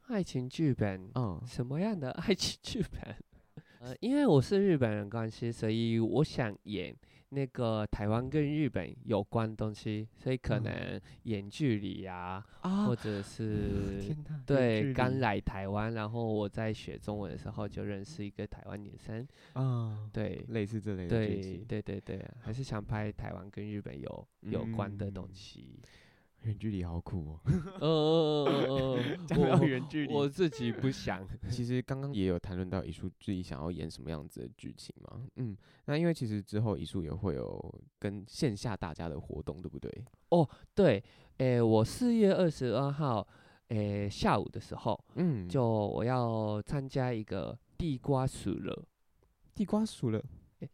Speaker 2: 爱情剧本，
Speaker 1: 嗯，
Speaker 2: 什么样的爱情剧本？ 呃，因为我是日本人关系，所以我想演那个台湾跟日本有关东西，所以可
Speaker 1: 嗯
Speaker 2: 能演距离呀、
Speaker 1: 啊
Speaker 2: 或者是
Speaker 1: 天哪，
Speaker 2: 对刚来台湾，然后我在学中文的时候就认识一个台湾女生，
Speaker 1: 啊，
Speaker 2: 对，
Speaker 1: 类似这类的剧
Speaker 2: 对
Speaker 1: 集，
Speaker 2: 对对对，还是想拍台湾跟日本有有关的东
Speaker 1: 嗯
Speaker 2: 西。
Speaker 1: 远距离好苦哦。
Speaker 2: 嗯嗯嗯嗯 嗯，
Speaker 1: 讲到
Speaker 2: 我
Speaker 1: 远距离，
Speaker 2: 我自己不想，
Speaker 1: 其实刚刚也有谈论到乙树自己想要演什么样子的剧情嘛。嗯，那因为其实之后乙树也会有跟线下大家的活动，对不对？
Speaker 2: 对，诶，我四月二十二号，诶下午的时候，
Speaker 1: 嗯，
Speaker 2: 就我要参加一个地瓜熟 了，
Speaker 1: 地瓜熟了
Speaker 2: 诶。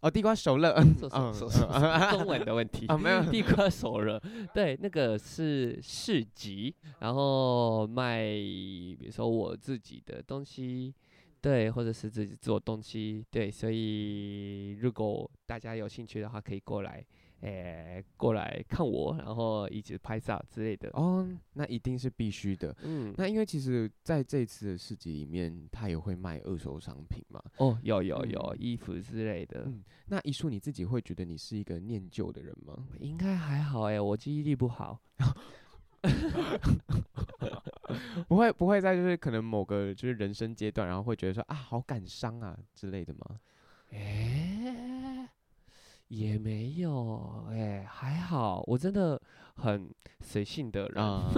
Speaker 1: 哦，地瓜熟了，
Speaker 2: 熟
Speaker 1: 嗯
Speaker 2: 熟
Speaker 1: 嗯
Speaker 2: 熟熟
Speaker 1: 嗯
Speaker 2: 中文的问题
Speaker 1: 啊，没有，
Speaker 2: 地瓜熟了，对，那个是市集，然后卖，比如说我自己的东西，对，或者是自己做东西，对，所以如果大家有兴趣的话，可以过来，诶、过来看我，然后一起拍照之类的。
Speaker 1: 哦，那一定是必须的。
Speaker 2: 嗯，
Speaker 1: 那因为其实在这次的市集里面，他也会卖二手商品嘛。
Speaker 2: 哦，有有
Speaker 1: 嗯
Speaker 2: 有衣服之类的，
Speaker 1: 嗯那一树你自己会觉得你是一个念旧的人吗？
Speaker 2: 应该还好诶、我记忆力不好。
Speaker 1: 不会，不会在就是可能某个就是人生阶段，然后会觉得说啊，好感伤啊之类的吗？
Speaker 2: 诶，也没有，诶，还好，我真的很随性的人，
Speaker 1: 啊，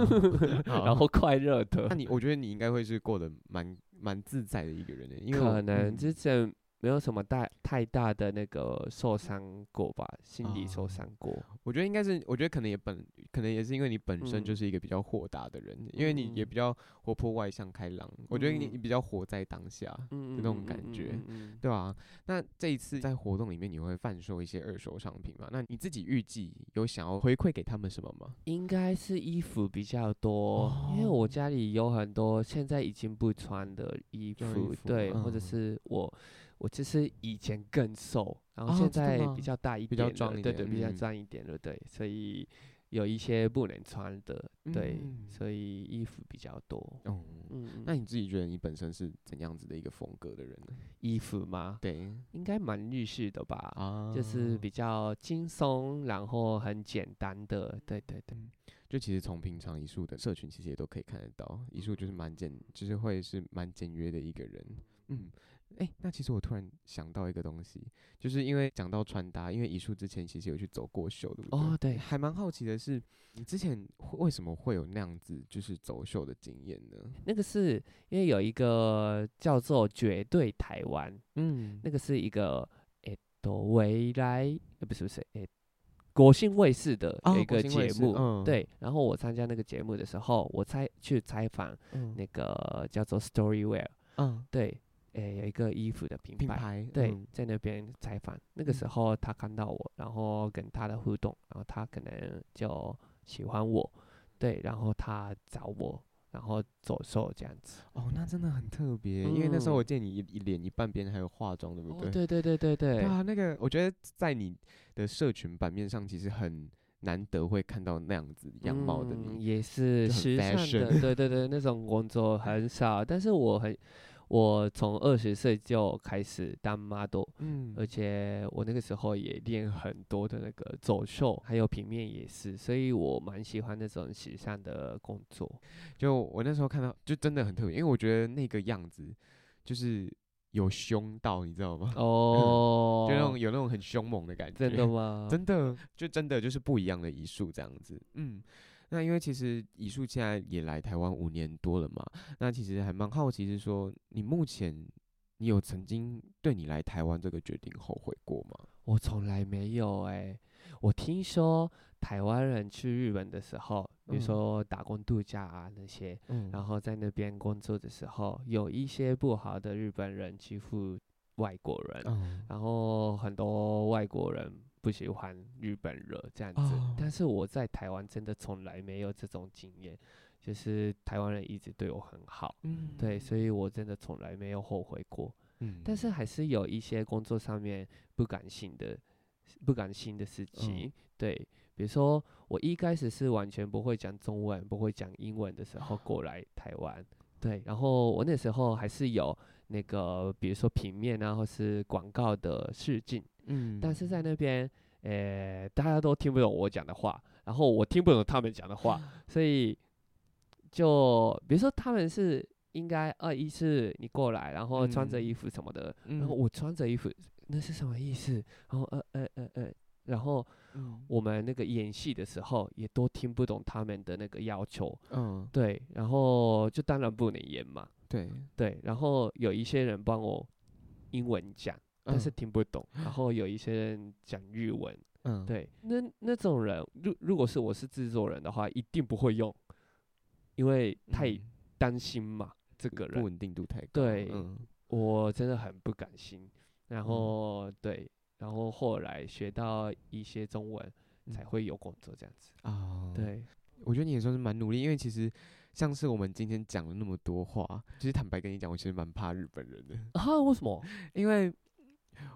Speaker 2: 然后快乐
Speaker 1: 嗯那
Speaker 2: 的，
Speaker 1: 你我觉得你应该会是过得蛮蛮自在的一个人的， 因为我
Speaker 2: 可能
Speaker 1: 嗯
Speaker 2: 之前没有什么大太大的那个受伤过吧，心理
Speaker 1: 啊
Speaker 2: 受伤过。
Speaker 1: 我觉得应该是，我觉得可能也本可能也是因为你本身就
Speaker 2: 嗯
Speaker 1: 是一个比较豁达的人，因为你也
Speaker 2: 嗯
Speaker 1: 比较活泼外向开朗，我觉得你
Speaker 2: 嗯
Speaker 1: 你比较活在当下，
Speaker 2: 嗯
Speaker 1: 那种感觉
Speaker 2: 嗯嗯嗯
Speaker 1: 对啊，那这一次在活动里面你会贩售一些二手商品嘛？那你自己预计有想要回馈给他们什么吗？
Speaker 2: 应该是衣服比较多，因为
Speaker 1: 哦
Speaker 2: 我家里有很多现在已经不穿的衣
Speaker 1: 旧衣
Speaker 2: 服，
Speaker 1: 服
Speaker 2: 对，或
Speaker 1: 嗯
Speaker 2: 者是我我就是以前更瘦，然后
Speaker 1: 哦
Speaker 2: 现
Speaker 1: 真的
Speaker 2: 在
Speaker 1: 吗
Speaker 2: 比较大一
Speaker 1: 比较
Speaker 2: 点了，
Speaker 1: 壮一
Speaker 2: 对
Speaker 1: 点
Speaker 2: 对，比较
Speaker 1: 嗯
Speaker 2: 壮一点了，对，所以有一些不能穿的，对，
Speaker 1: 嗯
Speaker 2: 所以衣服比较多。
Speaker 1: 哦，
Speaker 2: 嗯，
Speaker 1: 那你自己觉得你本身是怎样子的一个风格的人呢？
Speaker 2: 衣服吗？
Speaker 1: 对
Speaker 2: 应该蛮日式的吧，
Speaker 1: 啊
Speaker 2: 就是比较轻松，然后很简单的，对对对。
Speaker 1: 就其实从平常一树的社群，其实也都可以看得到，一树就是蛮简，就是会是蛮简约的一个人。嗯，诶，那其实我突然想到一个东西，就是因为讲到穿搭，因为一树之前其实有去走过秀，对不对？
Speaker 2: 哦，对，
Speaker 1: 还蛮好奇的是，你之前会为什么会有那样子就是走秀的经验呢？
Speaker 2: 那个是因为有一个叫做《绝对台湾》，
Speaker 1: 嗯
Speaker 2: 那个是一个诶，都未来呃不是不是诶，国信卫视的
Speaker 1: 哦
Speaker 2: 一
Speaker 1: 国
Speaker 2: 个
Speaker 1: 信卫
Speaker 2: 节
Speaker 1: 视
Speaker 2: 目，
Speaker 1: 嗯
Speaker 2: 对。然后我参加那个节目的时候，我采去采访
Speaker 1: 嗯
Speaker 2: 那个叫做 Storywear，
Speaker 1: 嗯
Speaker 2: 对，诶有一个衣服的品
Speaker 1: 品
Speaker 2: 牌，
Speaker 1: 牌
Speaker 2: 对
Speaker 1: 嗯，
Speaker 2: 在那边采访。那个时
Speaker 1: 嗯
Speaker 2: 候他看到我，然后跟他的互动，然后他可能就喜欢我，对，然后他找我，然后走秀这样子。
Speaker 1: 哦，那真的很特别，因为那时候我
Speaker 2: 嗯
Speaker 1: 见你一一脸一半边还有化妆，对不对？
Speaker 2: 哦，对对对对对，
Speaker 1: 啊，那个我觉得在你的社群版面上，其实很难得会看到那样子样貌的
Speaker 2: 嗯
Speaker 1: 你。
Speaker 2: 也是
Speaker 1: 就很
Speaker 2: 时尚
Speaker 1: fashion
Speaker 2: 的，对对对，那种工作很少，但是我很，我从二十岁就开始当 model，
Speaker 1: 嗯
Speaker 2: 而且我那个时候也练很多的那个走秀，还有平面也是，所以我蛮喜欢那种时尚的工作。
Speaker 1: 就我那时候看到，就真的很特别，因为我觉得那个样子就是有凶到，你知道吗？
Speaker 2: 哦，
Speaker 1: 嗯就那种有那种很凶猛的感觉。
Speaker 2: 真的吗？
Speaker 1: 真的就真的就是不一样的艺术这样子，嗯。那因为其实艺术现在也来台湾五年多了嘛，那其实还蛮好奇，是说你目前你有曾经对你来台湾这个决定后悔过吗？
Speaker 2: 我从来没有哎、我听说台湾人去日本的时候，比
Speaker 1: 嗯
Speaker 2: 如说打工度假啊那些，
Speaker 1: 嗯
Speaker 2: 然后在那边工作的时候，有一些不好的日本人欺负外国人，
Speaker 1: 嗯
Speaker 2: 然后很多外国人不喜欢日本人这样子。
Speaker 1: 哦
Speaker 2: 但是我在台湾真的从来没有这种经验，就是台湾人一直对我很好，
Speaker 1: 嗯
Speaker 2: 对，所以我真的从来没有后悔过。
Speaker 1: 嗯
Speaker 2: 但是还是有一些工作上面不感性的、不感性的
Speaker 1: 嗯
Speaker 2: 事情。对，比如说我一开始是完全不会讲中文、不会讲英文的时
Speaker 1: 啊
Speaker 2: 候过来台湾，对，然后我那时候还是有那个，比如说平面啊，或是广告的试镜，
Speaker 1: 嗯
Speaker 2: 但是在那边，呃，大家都听不懂我讲的话，然后我听不懂他们讲的话， 所以就比如说他们是应该二一是你过来，然后穿着
Speaker 1: 嗯
Speaker 2: 衣服什么的，
Speaker 1: 然
Speaker 2: 然后我穿着衣服那是什么意思？然后呃呃呃呃，然后
Speaker 1: 嗯
Speaker 2: 我们来那个演戏的时候，也都听不懂他们的那个要求，
Speaker 1: 嗯，
Speaker 2: 对，然后就当然不能演嘛，
Speaker 1: 对，嗯
Speaker 2: 对，然后有一些人帮我英文讲，但是
Speaker 1: 嗯
Speaker 2: 听不懂，然后有一些人讲日文，
Speaker 1: 嗯，
Speaker 2: 对，那那种人，如如果是我是制作人的话，一定不会用，因为
Speaker 1: 嗯，
Speaker 2: 太担心嘛，这个
Speaker 1: 不
Speaker 2: 人
Speaker 1: 稳定度太高，
Speaker 2: 对
Speaker 1: 嗯
Speaker 2: 我真的很不甘心。然
Speaker 1: 嗯
Speaker 2: 后、对，然后后来学到一些中文，才
Speaker 1: 嗯
Speaker 2: 会有工作这样子。
Speaker 1: 啊，，
Speaker 2: 对，
Speaker 1: 我觉得你也算是蛮努力，因为其实像是我们今天讲了那么多话，其实坦白跟你讲，我其实蛮怕日本人的，
Speaker 2: 啊，为什么？
Speaker 1: 因为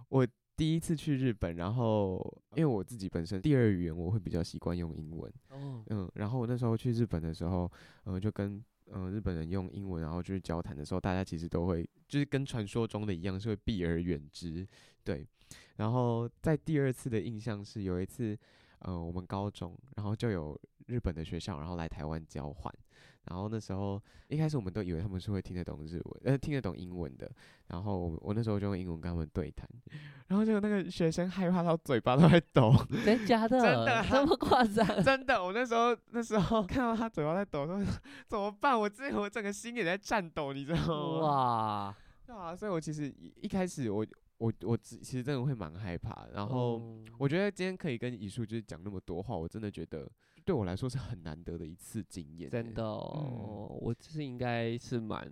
Speaker 1: 我第一次去日本，然后因为我自己本身第二语言我会比较习惯用英文，
Speaker 2: 哦，
Speaker 1: 嗯，然后我那时候去日本的时候，嗯、就跟嗯、呃日本人用英文，然后就是交谈的时候，大家其实都会就是跟传说中的一样，是会避而远之，对。然后在第二次的印象是有一次，呃，我们高中，然后就有日本的学校，然后来台湾交换，然后那时候一开始我们都以为他们是会听得懂日文，呃，听得懂英文的，然后我我那时候就用英文跟他们对谈， 然后结果那个学生害怕到嘴巴都在抖。
Speaker 2: 真假的？
Speaker 1: 真的
Speaker 2: 这么夸 张？
Speaker 1: 真的，我那时候那时候 看到他嘴巴在抖，说 怎么办？我这我整个心也在颤抖，你知
Speaker 2: 哦
Speaker 1: 道吗？
Speaker 2: 哇！
Speaker 1: 对啊，所以我其实一一开始我我我其其实真的会蛮害怕，然后、
Speaker 2: 哦
Speaker 1: 我觉得今天可以跟艺术就是讲那么多话，我真的觉得对我来说是很难得的一次经验欸，
Speaker 2: 真的、
Speaker 1: 嗯
Speaker 2: 哦，我就是应该是蛮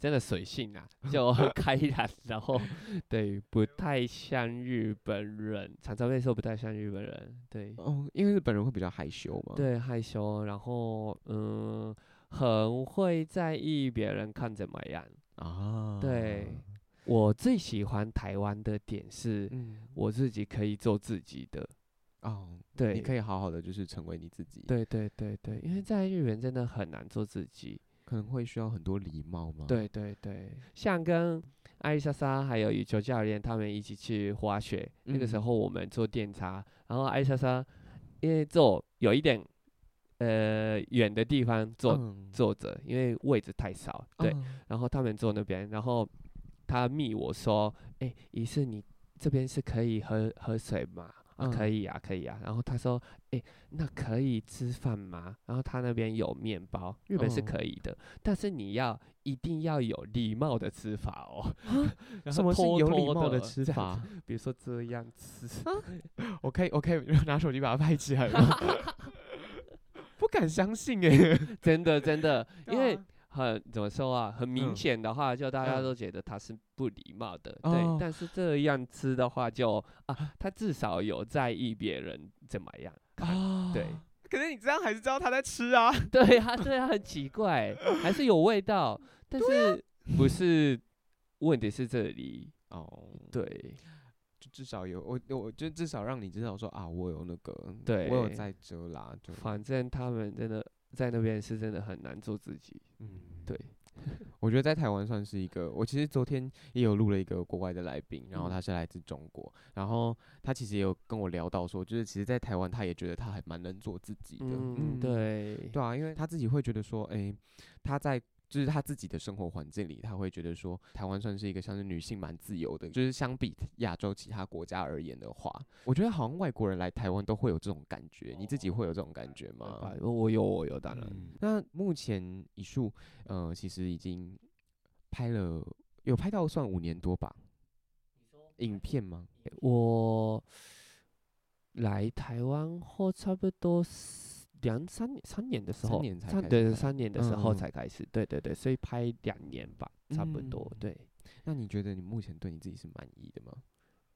Speaker 2: 真的随性啊，就开朗，然后对，不太像日本人，常常被说不太像日本人，对、
Speaker 1: 哦，因为日本人会比较害羞嘛，，
Speaker 2: 对，害羞，然后嗯，很会在意别人看怎么样。
Speaker 1: 啊，
Speaker 2: 对，我最喜欢台湾的点是，
Speaker 1: 嗯，
Speaker 2: 我自己可以做自己的，
Speaker 1: 哦，
Speaker 2: 对，
Speaker 1: 你可
Speaker 2: 以，
Speaker 1: 以好好的就是成为你自己，，
Speaker 2: 对对对对，因为在日本真的很难做自己。
Speaker 1: 可能会需要很多礼貌嘛，，
Speaker 2: 对对对，像跟艾丽莎莎还有羽球教练他们一起去滑雪，那个时
Speaker 1: 嗯
Speaker 2: 候我们做电查，然后艾丽莎莎因为坐有一点呃远的地方坐、
Speaker 1: 嗯、
Speaker 2: 坐着，因为位置太少，对，
Speaker 1: 嗯，
Speaker 2: 然后他们坐那边，然后他密我说，哎、仪式你这边是可以喝喝水吗？啊，可
Speaker 1: 嗯
Speaker 2: 以啊，可以啊。然后他说：“哎、那可以吃饭吗？”然后他那边有面包，日本是
Speaker 1: 哦
Speaker 2: 可以的，但是你要一定要有礼貌的吃法哦。然
Speaker 1: 什
Speaker 2: 后
Speaker 1: 么是
Speaker 2: 偷
Speaker 1: 有
Speaker 2: 偷
Speaker 1: 礼貌
Speaker 2: 的
Speaker 1: 嗯的吃
Speaker 2: 这 样
Speaker 1: 法
Speaker 2: 子？比如说这样吃，
Speaker 1: 嗯我可以，我可以 拿手机把它拍起 来吗？不敢相信哎、
Speaker 2: 真的真的，
Speaker 1: 对
Speaker 2: 因为
Speaker 1: 啊
Speaker 2: 很怎么说啊，很明
Speaker 1: 嗯
Speaker 2: 显的话，就大家
Speaker 1: 嗯
Speaker 2: 都觉得他是不礼貌的，
Speaker 1: 哦
Speaker 2: 对。但是这样吃的话就，啊，他至少有在意别人怎么样。
Speaker 1: 啊
Speaker 2: 对，
Speaker 1: 可是你这样还是知道他在吃啊。
Speaker 2: 对啊，对啊，很奇怪，还是有味道，但是不是？问题是这里，
Speaker 1: 哦，
Speaker 2: 对
Speaker 1: 就至少有我，我就至少让你知道说啊，我有那个，
Speaker 2: 对
Speaker 1: 我有在遮啦，就
Speaker 2: 反正他们真的在那边是真的很难做自己，
Speaker 1: 嗯，
Speaker 2: 对，
Speaker 1: 我觉得在台湾算是一个，我其实昨天也有录了一个国外的来宾，然后
Speaker 2: 嗯
Speaker 1: 他是来自中国，然后他其实也有跟我聊到说，就是其实，在台湾他也觉得他还蛮能做自己的，
Speaker 2: 嗯，对，
Speaker 1: 对啊，因为他自己会觉得说，诶，他在就是他自己的生活环境里，他会觉得说，台湾算是一个像是女性蛮自由的，就是相比亚洲其他国家而言的话，我觉得好像外国人来台湾都会有这种感觉，你自己会有这种感觉吗？
Speaker 2: 啊我有我有，当然，
Speaker 1: 嗯，那目前艺术，呃，其实已经拍了有拍到算五年多吧，影片吗？
Speaker 2: 我来台湾后差不多四两三年三年的时
Speaker 1: 三
Speaker 2: 候，
Speaker 1: 年才开始
Speaker 2: 对
Speaker 1: 拍
Speaker 2: 三年的时候
Speaker 1: 嗯
Speaker 2: 才开始，对对对，所以拍两年吧，差不多，
Speaker 1: 嗯
Speaker 2: 对，
Speaker 1: 那你觉得你目前对你自己是满意的吗？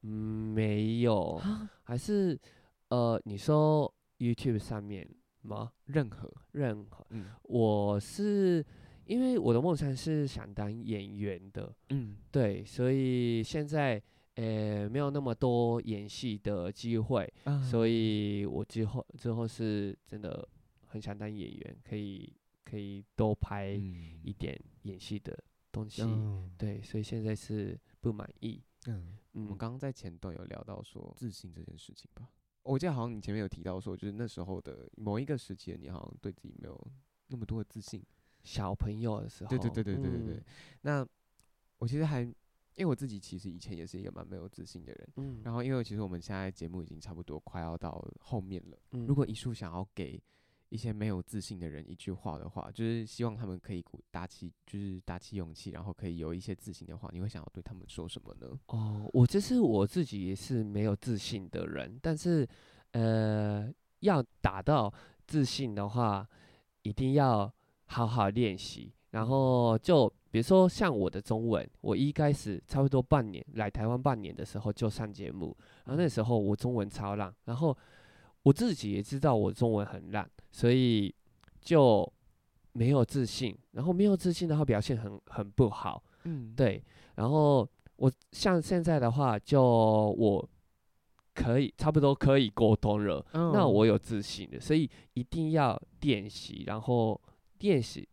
Speaker 2: 嗯，没有，
Speaker 1: 啊
Speaker 2: 还是呃，你说 YouTube 上面吗？
Speaker 1: 任何，
Speaker 2: 任何，
Speaker 1: 嗯
Speaker 2: 我是因为我的梦想是想当演员的，
Speaker 1: 嗯
Speaker 2: 对，所以现在呃没有那么多演戏的机会，
Speaker 1: 啊
Speaker 2: 所以我之后之后是真的很想当演员，可以可以多拍
Speaker 1: 嗯
Speaker 2: 一点演戏的东西。
Speaker 1: 嗯
Speaker 2: 对，所以现在是不满意。
Speaker 1: 嗯。我
Speaker 2: 嗯
Speaker 1: 们，刚刚在前段有聊到说自信这件事情吧，我记得好像你前面有提到说，就是那时候的某一个时期，你好像对自己没有那么多的自信。
Speaker 2: 小朋友的时候，
Speaker 1: 对对对对对对对。
Speaker 2: 嗯
Speaker 1: 那我其实还因为我自己其实以前也是一个蛮没有自信的人。
Speaker 2: 嗯
Speaker 1: 然后，因为其实我们现在节目已经差不多快要到后面了。
Speaker 2: 嗯
Speaker 1: 如果一树想要给一些没有自信的人一句话的话，就是希望他们可以鼓打起，就是打起勇气，然后可以有一些自信的话，你会想要对他们说什么呢？
Speaker 2: 哦，我就是我自己也是没有自信的人，但是呃，要达到自信的话，一定要好好练习。然后就比如说像我的中文，我一开始差不多半年来台湾半年的时候就上节目，然后那时候我中文超烂，然后我自己也知道我中文很烂，所以就没有自信，然后没有自信的话表现很很不好。
Speaker 1: 嗯，
Speaker 2: 对，然后我像现在的话，就我可以差不多可以沟通了，
Speaker 1: 嗯，
Speaker 2: 那我有自信的，所以一定要练习，然后练习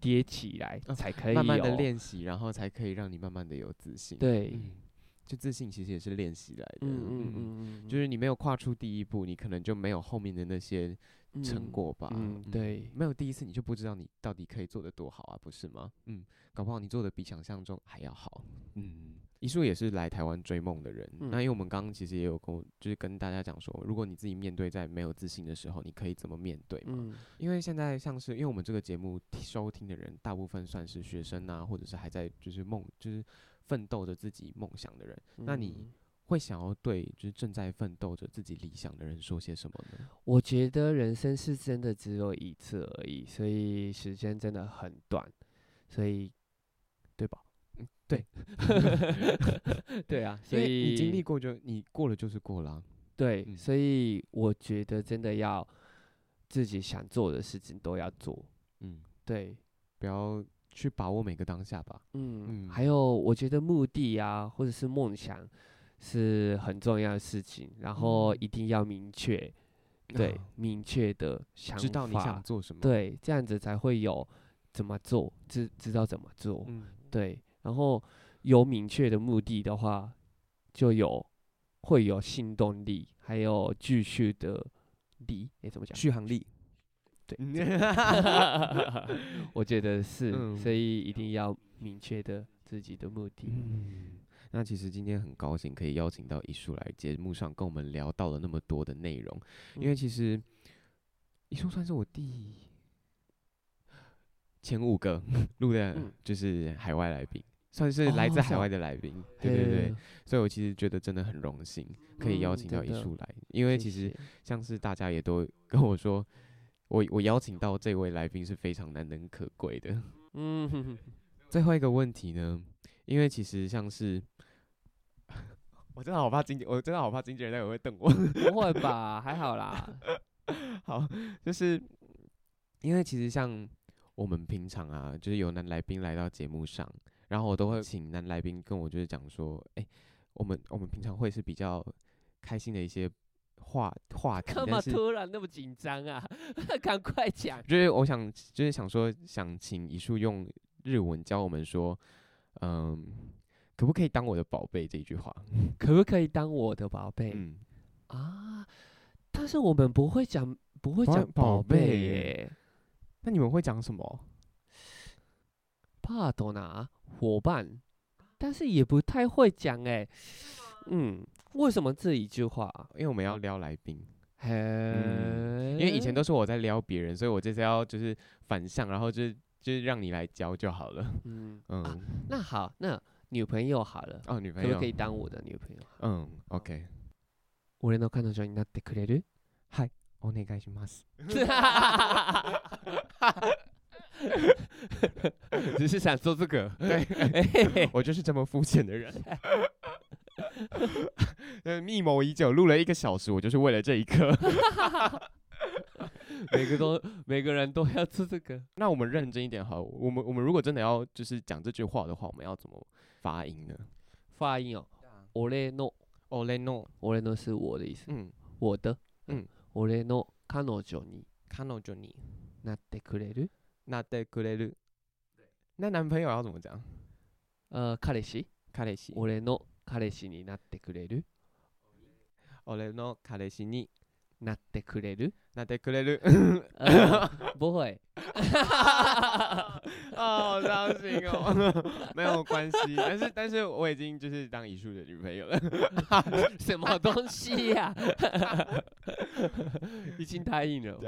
Speaker 2: 叠起来
Speaker 1: 嗯
Speaker 2: 才可以有。哦
Speaker 1: 慢慢的练习，然后才可以让你慢慢的有自信。，
Speaker 2: 对，
Speaker 1: 嗯，就自信其实也是练习来的。
Speaker 2: 嗯嗯嗯嗯，
Speaker 1: 就是你没有跨出第一步，你可能就没有后面的那些
Speaker 2: 嗯
Speaker 1: 成果吧。
Speaker 2: 嗯，对，
Speaker 1: 没有第一次你就不知道你到底可以做得多好啊，不是吗？嗯，搞不好你做的比想象中还要好。嗯，一树也是来台湾追梦的人。
Speaker 2: 嗯
Speaker 1: 那因为我们刚刚其实也有跟我就是跟大家讲说，如果你自己面对在没有自信的时候，你可以怎么面对嘛？
Speaker 2: 嗯
Speaker 1: 因为现在像是因为我们这个节目听收听的人，大部分算是学生啊，或者是还在就是梦就是奋斗着自己梦想的人，那你
Speaker 2: 嗯
Speaker 1: 会想要对就是正在奋斗着自己理想的人说些什么呢？
Speaker 2: 我觉得人生是真的只有一次而已，所以时间真的很短，所以对吧？
Speaker 1: 嗯对，
Speaker 2: 对啊，所
Speaker 1: 因为
Speaker 2: 以
Speaker 1: 你经历过就你过了就是过了啊、
Speaker 2: 对，
Speaker 1: 嗯
Speaker 2: 所以我觉得真的要自己想做的事情都要做。
Speaker 1: 嗯，
Speaker 2: 对，
Speaker 1: 不要去把握每个当下吧。
Speaker 2: 嗯，
Speaker 1: 嗯
Speaker 2: 还有我觉得目的啊，或者是梦想是很重要的事情，然后
Speaker 1: 嗯啊
Speaker 2: 一定要明确，对，明确的想法，
Speaker 1: 知道你想做什么。，
Speaker 2: 对，这样子才会有怎么做，知知道怎么做。
Speaker 1: 嗯，
Speaker 2: 对，然后有明确的目的的话，就有会有行动力，还有继续的力。诶，怎么讲？
Speaker 1: 续航力。
Speaker 2: 对
Speaker 1: 嗯
Speaker 2: 我觉得是，
Speaker 1: 嗯
Speaker 2: 所以一定要明确的自己的目的。
Speaker 1: 那其实今天很高兴可以邀请到艺术来节目上跟我们聊到了那么多的内容，因为
Speaker 2: 嗯
Speaker 1: 其实艺术算是我第前五个录的
Speaker 2: 嗯，
Speaker 1: 就是海外来宾，算是来
Speaker 2: 哦
Speaker 1: 自
Speaker 2: 是
Speaker 1: 海
Speaker 2: 啊
Speaker 1: 外的来宾。对对对，，所以我其实觉得真的很荣幸可以邀
Speaker 2: 嗯
Speaker 1: 请
Speaker 2: 真
Speaker 1: 到艺
Speaker 2: 的
Speaker 1: 术来，因为其实像是大家也都 跟我说，我我邀请到这位来宾是非常难能可贵的。
Speaker 2: 嗯哼哼
Speaker 1: 最后一个问题呢，因为其实像是 我真的好怕经纪，我真的好怕经纪人待会会瞪我。
Speaker 2: 不会吧？还好 啦，
Speaker 1: 好，就是因为其实像我们平常啊，就是有男来宾来到节目上，然后我都会请男来宾跟我就是讲说，哎、我们我们平常会是比较开心的一些话话题，
Speaker 2: 干嘛
Speaker 1: 但是
Speaker 2: 突然那么紧张啊？ 赶快讲。
Speaker 1: 就是我想就是想说，想请一树用日文教我们说，嗯，可不可以当我的宝贝这一句话？
Speaker 2: 可不可以当我的宝贝、
Speaker 1: 嗯，
Speaker 2: 啊？但是我们不会讲，不会
Speaker 1: 宝
Speaker 2: 讲
Speaker 1: 宝
Speaker 2: 宝贝
Speaker 1: 贝
Speaker 2: 耶，
Speaker 1: 那你们会讲什么？
Speaker 2: 帕多纳伙伴，但是也不太会讲哎。嗯，为什么这一句话？
Speaker 1: 因为我们要撩来宾，
Speaker 2: 嘿，嗯
Speaker 1: 因为以前都是我在撩别人，所以我这次要就是反向，然后就是就是让你来教就好了。
Speaker 2: 嗯，
Speaker 1: 嗯，
Speaker 2: 那好，那女朋友好了，
Speaker 1: 哦，女朋
Speaker 2: 可
Speaker 1: 友
Speaker 2: 不可以当我的女朋友？
Speaker 1: 嗯，OK，
Speaker 2: 俺の彼女になってくれる？
Speaker 1: お願いします。
Speaker 2: 只是想说这 个，
Speaker 1: 我就是这么肤浅的人。 呃，密谋已久，录了一个小时，我就是为了这一刻。
Speaker 2: 每个都每个人都要做这个。
Speaker 1: 那我们认真一点好了，我们我们如果真的要就是讲这句话的话，我们要怎么发音呢
Speaker 2: 发音哦。我嘞 no，
Speaker 1: o l e n o
Speaker 2: 我嘞 no 是我的意思，
Speaker 1: 嗯
Speaker 2: 我的。
Speaker 1: 嗯，
Speaker 2: 我嘞 no，彼女に
Speaker 1: 彼女に
Speaker 2: なってくれる？
Speaker 1: なってくれる。那男朋友要怎么讲？
Speaker 2: 呃，彼氏，
Speaker 1: 彼氏
Speaker 2: 我嘞 no，彼氏になってくれる？
Speaker 1: 俺の彼氏に
Speaker 2: なってくれる？
Speaker 1: なってくれる。
Speaker 2: 呃不会，
Speaker 1: 哦，好伤心哦， 没有关系，但是但是我已经就是当一树的女朋友了，
Speaker 2: 什么东西 呀、已经答应了。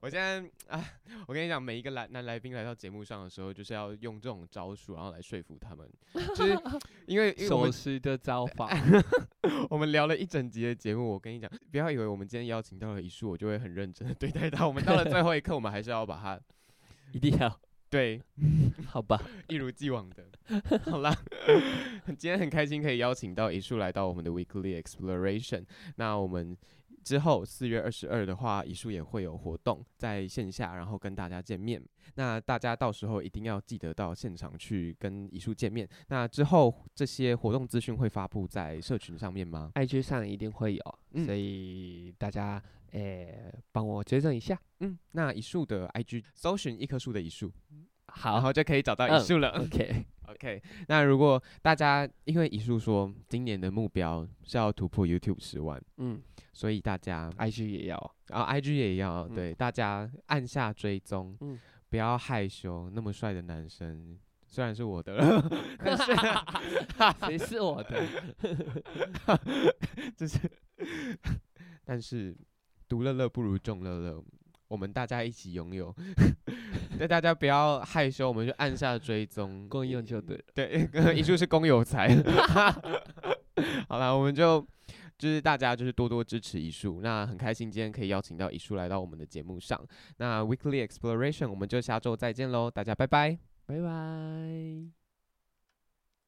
Speaker 1: 我现在啊，我跟你讲，每一个来男来宾来到节目上的时候，就是要用这种招数，然后来说服他们， 就是因为因为我
Speaker 2: 守
Speaker 1: 们
Speaker 2: 时的招法，
Speaker 1: 我们聊了一整集的节目，我跟你讲，不要以为我们今天邀请到了一树，我就会很认真的对待他，我们到了最后一刻，我们还是要把他
Speaker 2: 一定要
Speaker 1: 对
Speaker 2: 好吧？
Speaker 1: 一如既往的。好啦，今天很开心可以邀请到一树来到我们的 Weekly Exploration。那我们之后四月二十二的话，一树也会有活动在线下，然后跟大家见面。那大家到时候一定要记得到现场去跟一树见面。那之后这些活动资讯会发布在社群上面吗？
Speaker 2: IG 上一定会有，
Speaker 1: 嗯
Speaker 2: 所以大家诶帮、我追踪一下。
Speaker 1: 嗯，那一树的 IG 搜寻一棵树的一树，然
Speaker 2: 好
Speaker 1: 后就可以找到一
Speaker 2: 嗯
Speaker 1: 树了。
Speaker 2: ，OK，
Speaker 1: OK，那如果大家因为乙树说今年的目标是要突破 YouTube 十万，
Speaker 2: 嗯
Speaker 1: 所以大家
Speaker 2: ，IG 也要，
Speaker 1: 啊 IG 也要、
Speaker 2: 嗯
Speaker 1: 对大家按下追踪，
Speaker 2: 嗯
Speaker 1: 不要害羞。那么帅的男生虽然是我的 了，但是
Speaker 2: 谁是我的？
Speaker 1: 就是但是独乐乐不如众乐乐，我们大家一起拥有。 对，大家不要害羞，我们就按下追踪，
Speaker 2: 共用就对了。
Speaker 1: 对，一树是公有财。 好啦，我们就就是大家就是多多支持一树。那很开心今天可以邀请到一树来到我们的节目上。那 Weekly Exploration 我们就下周再见喽，大家拜拜。
Speaker 2: 拜拜。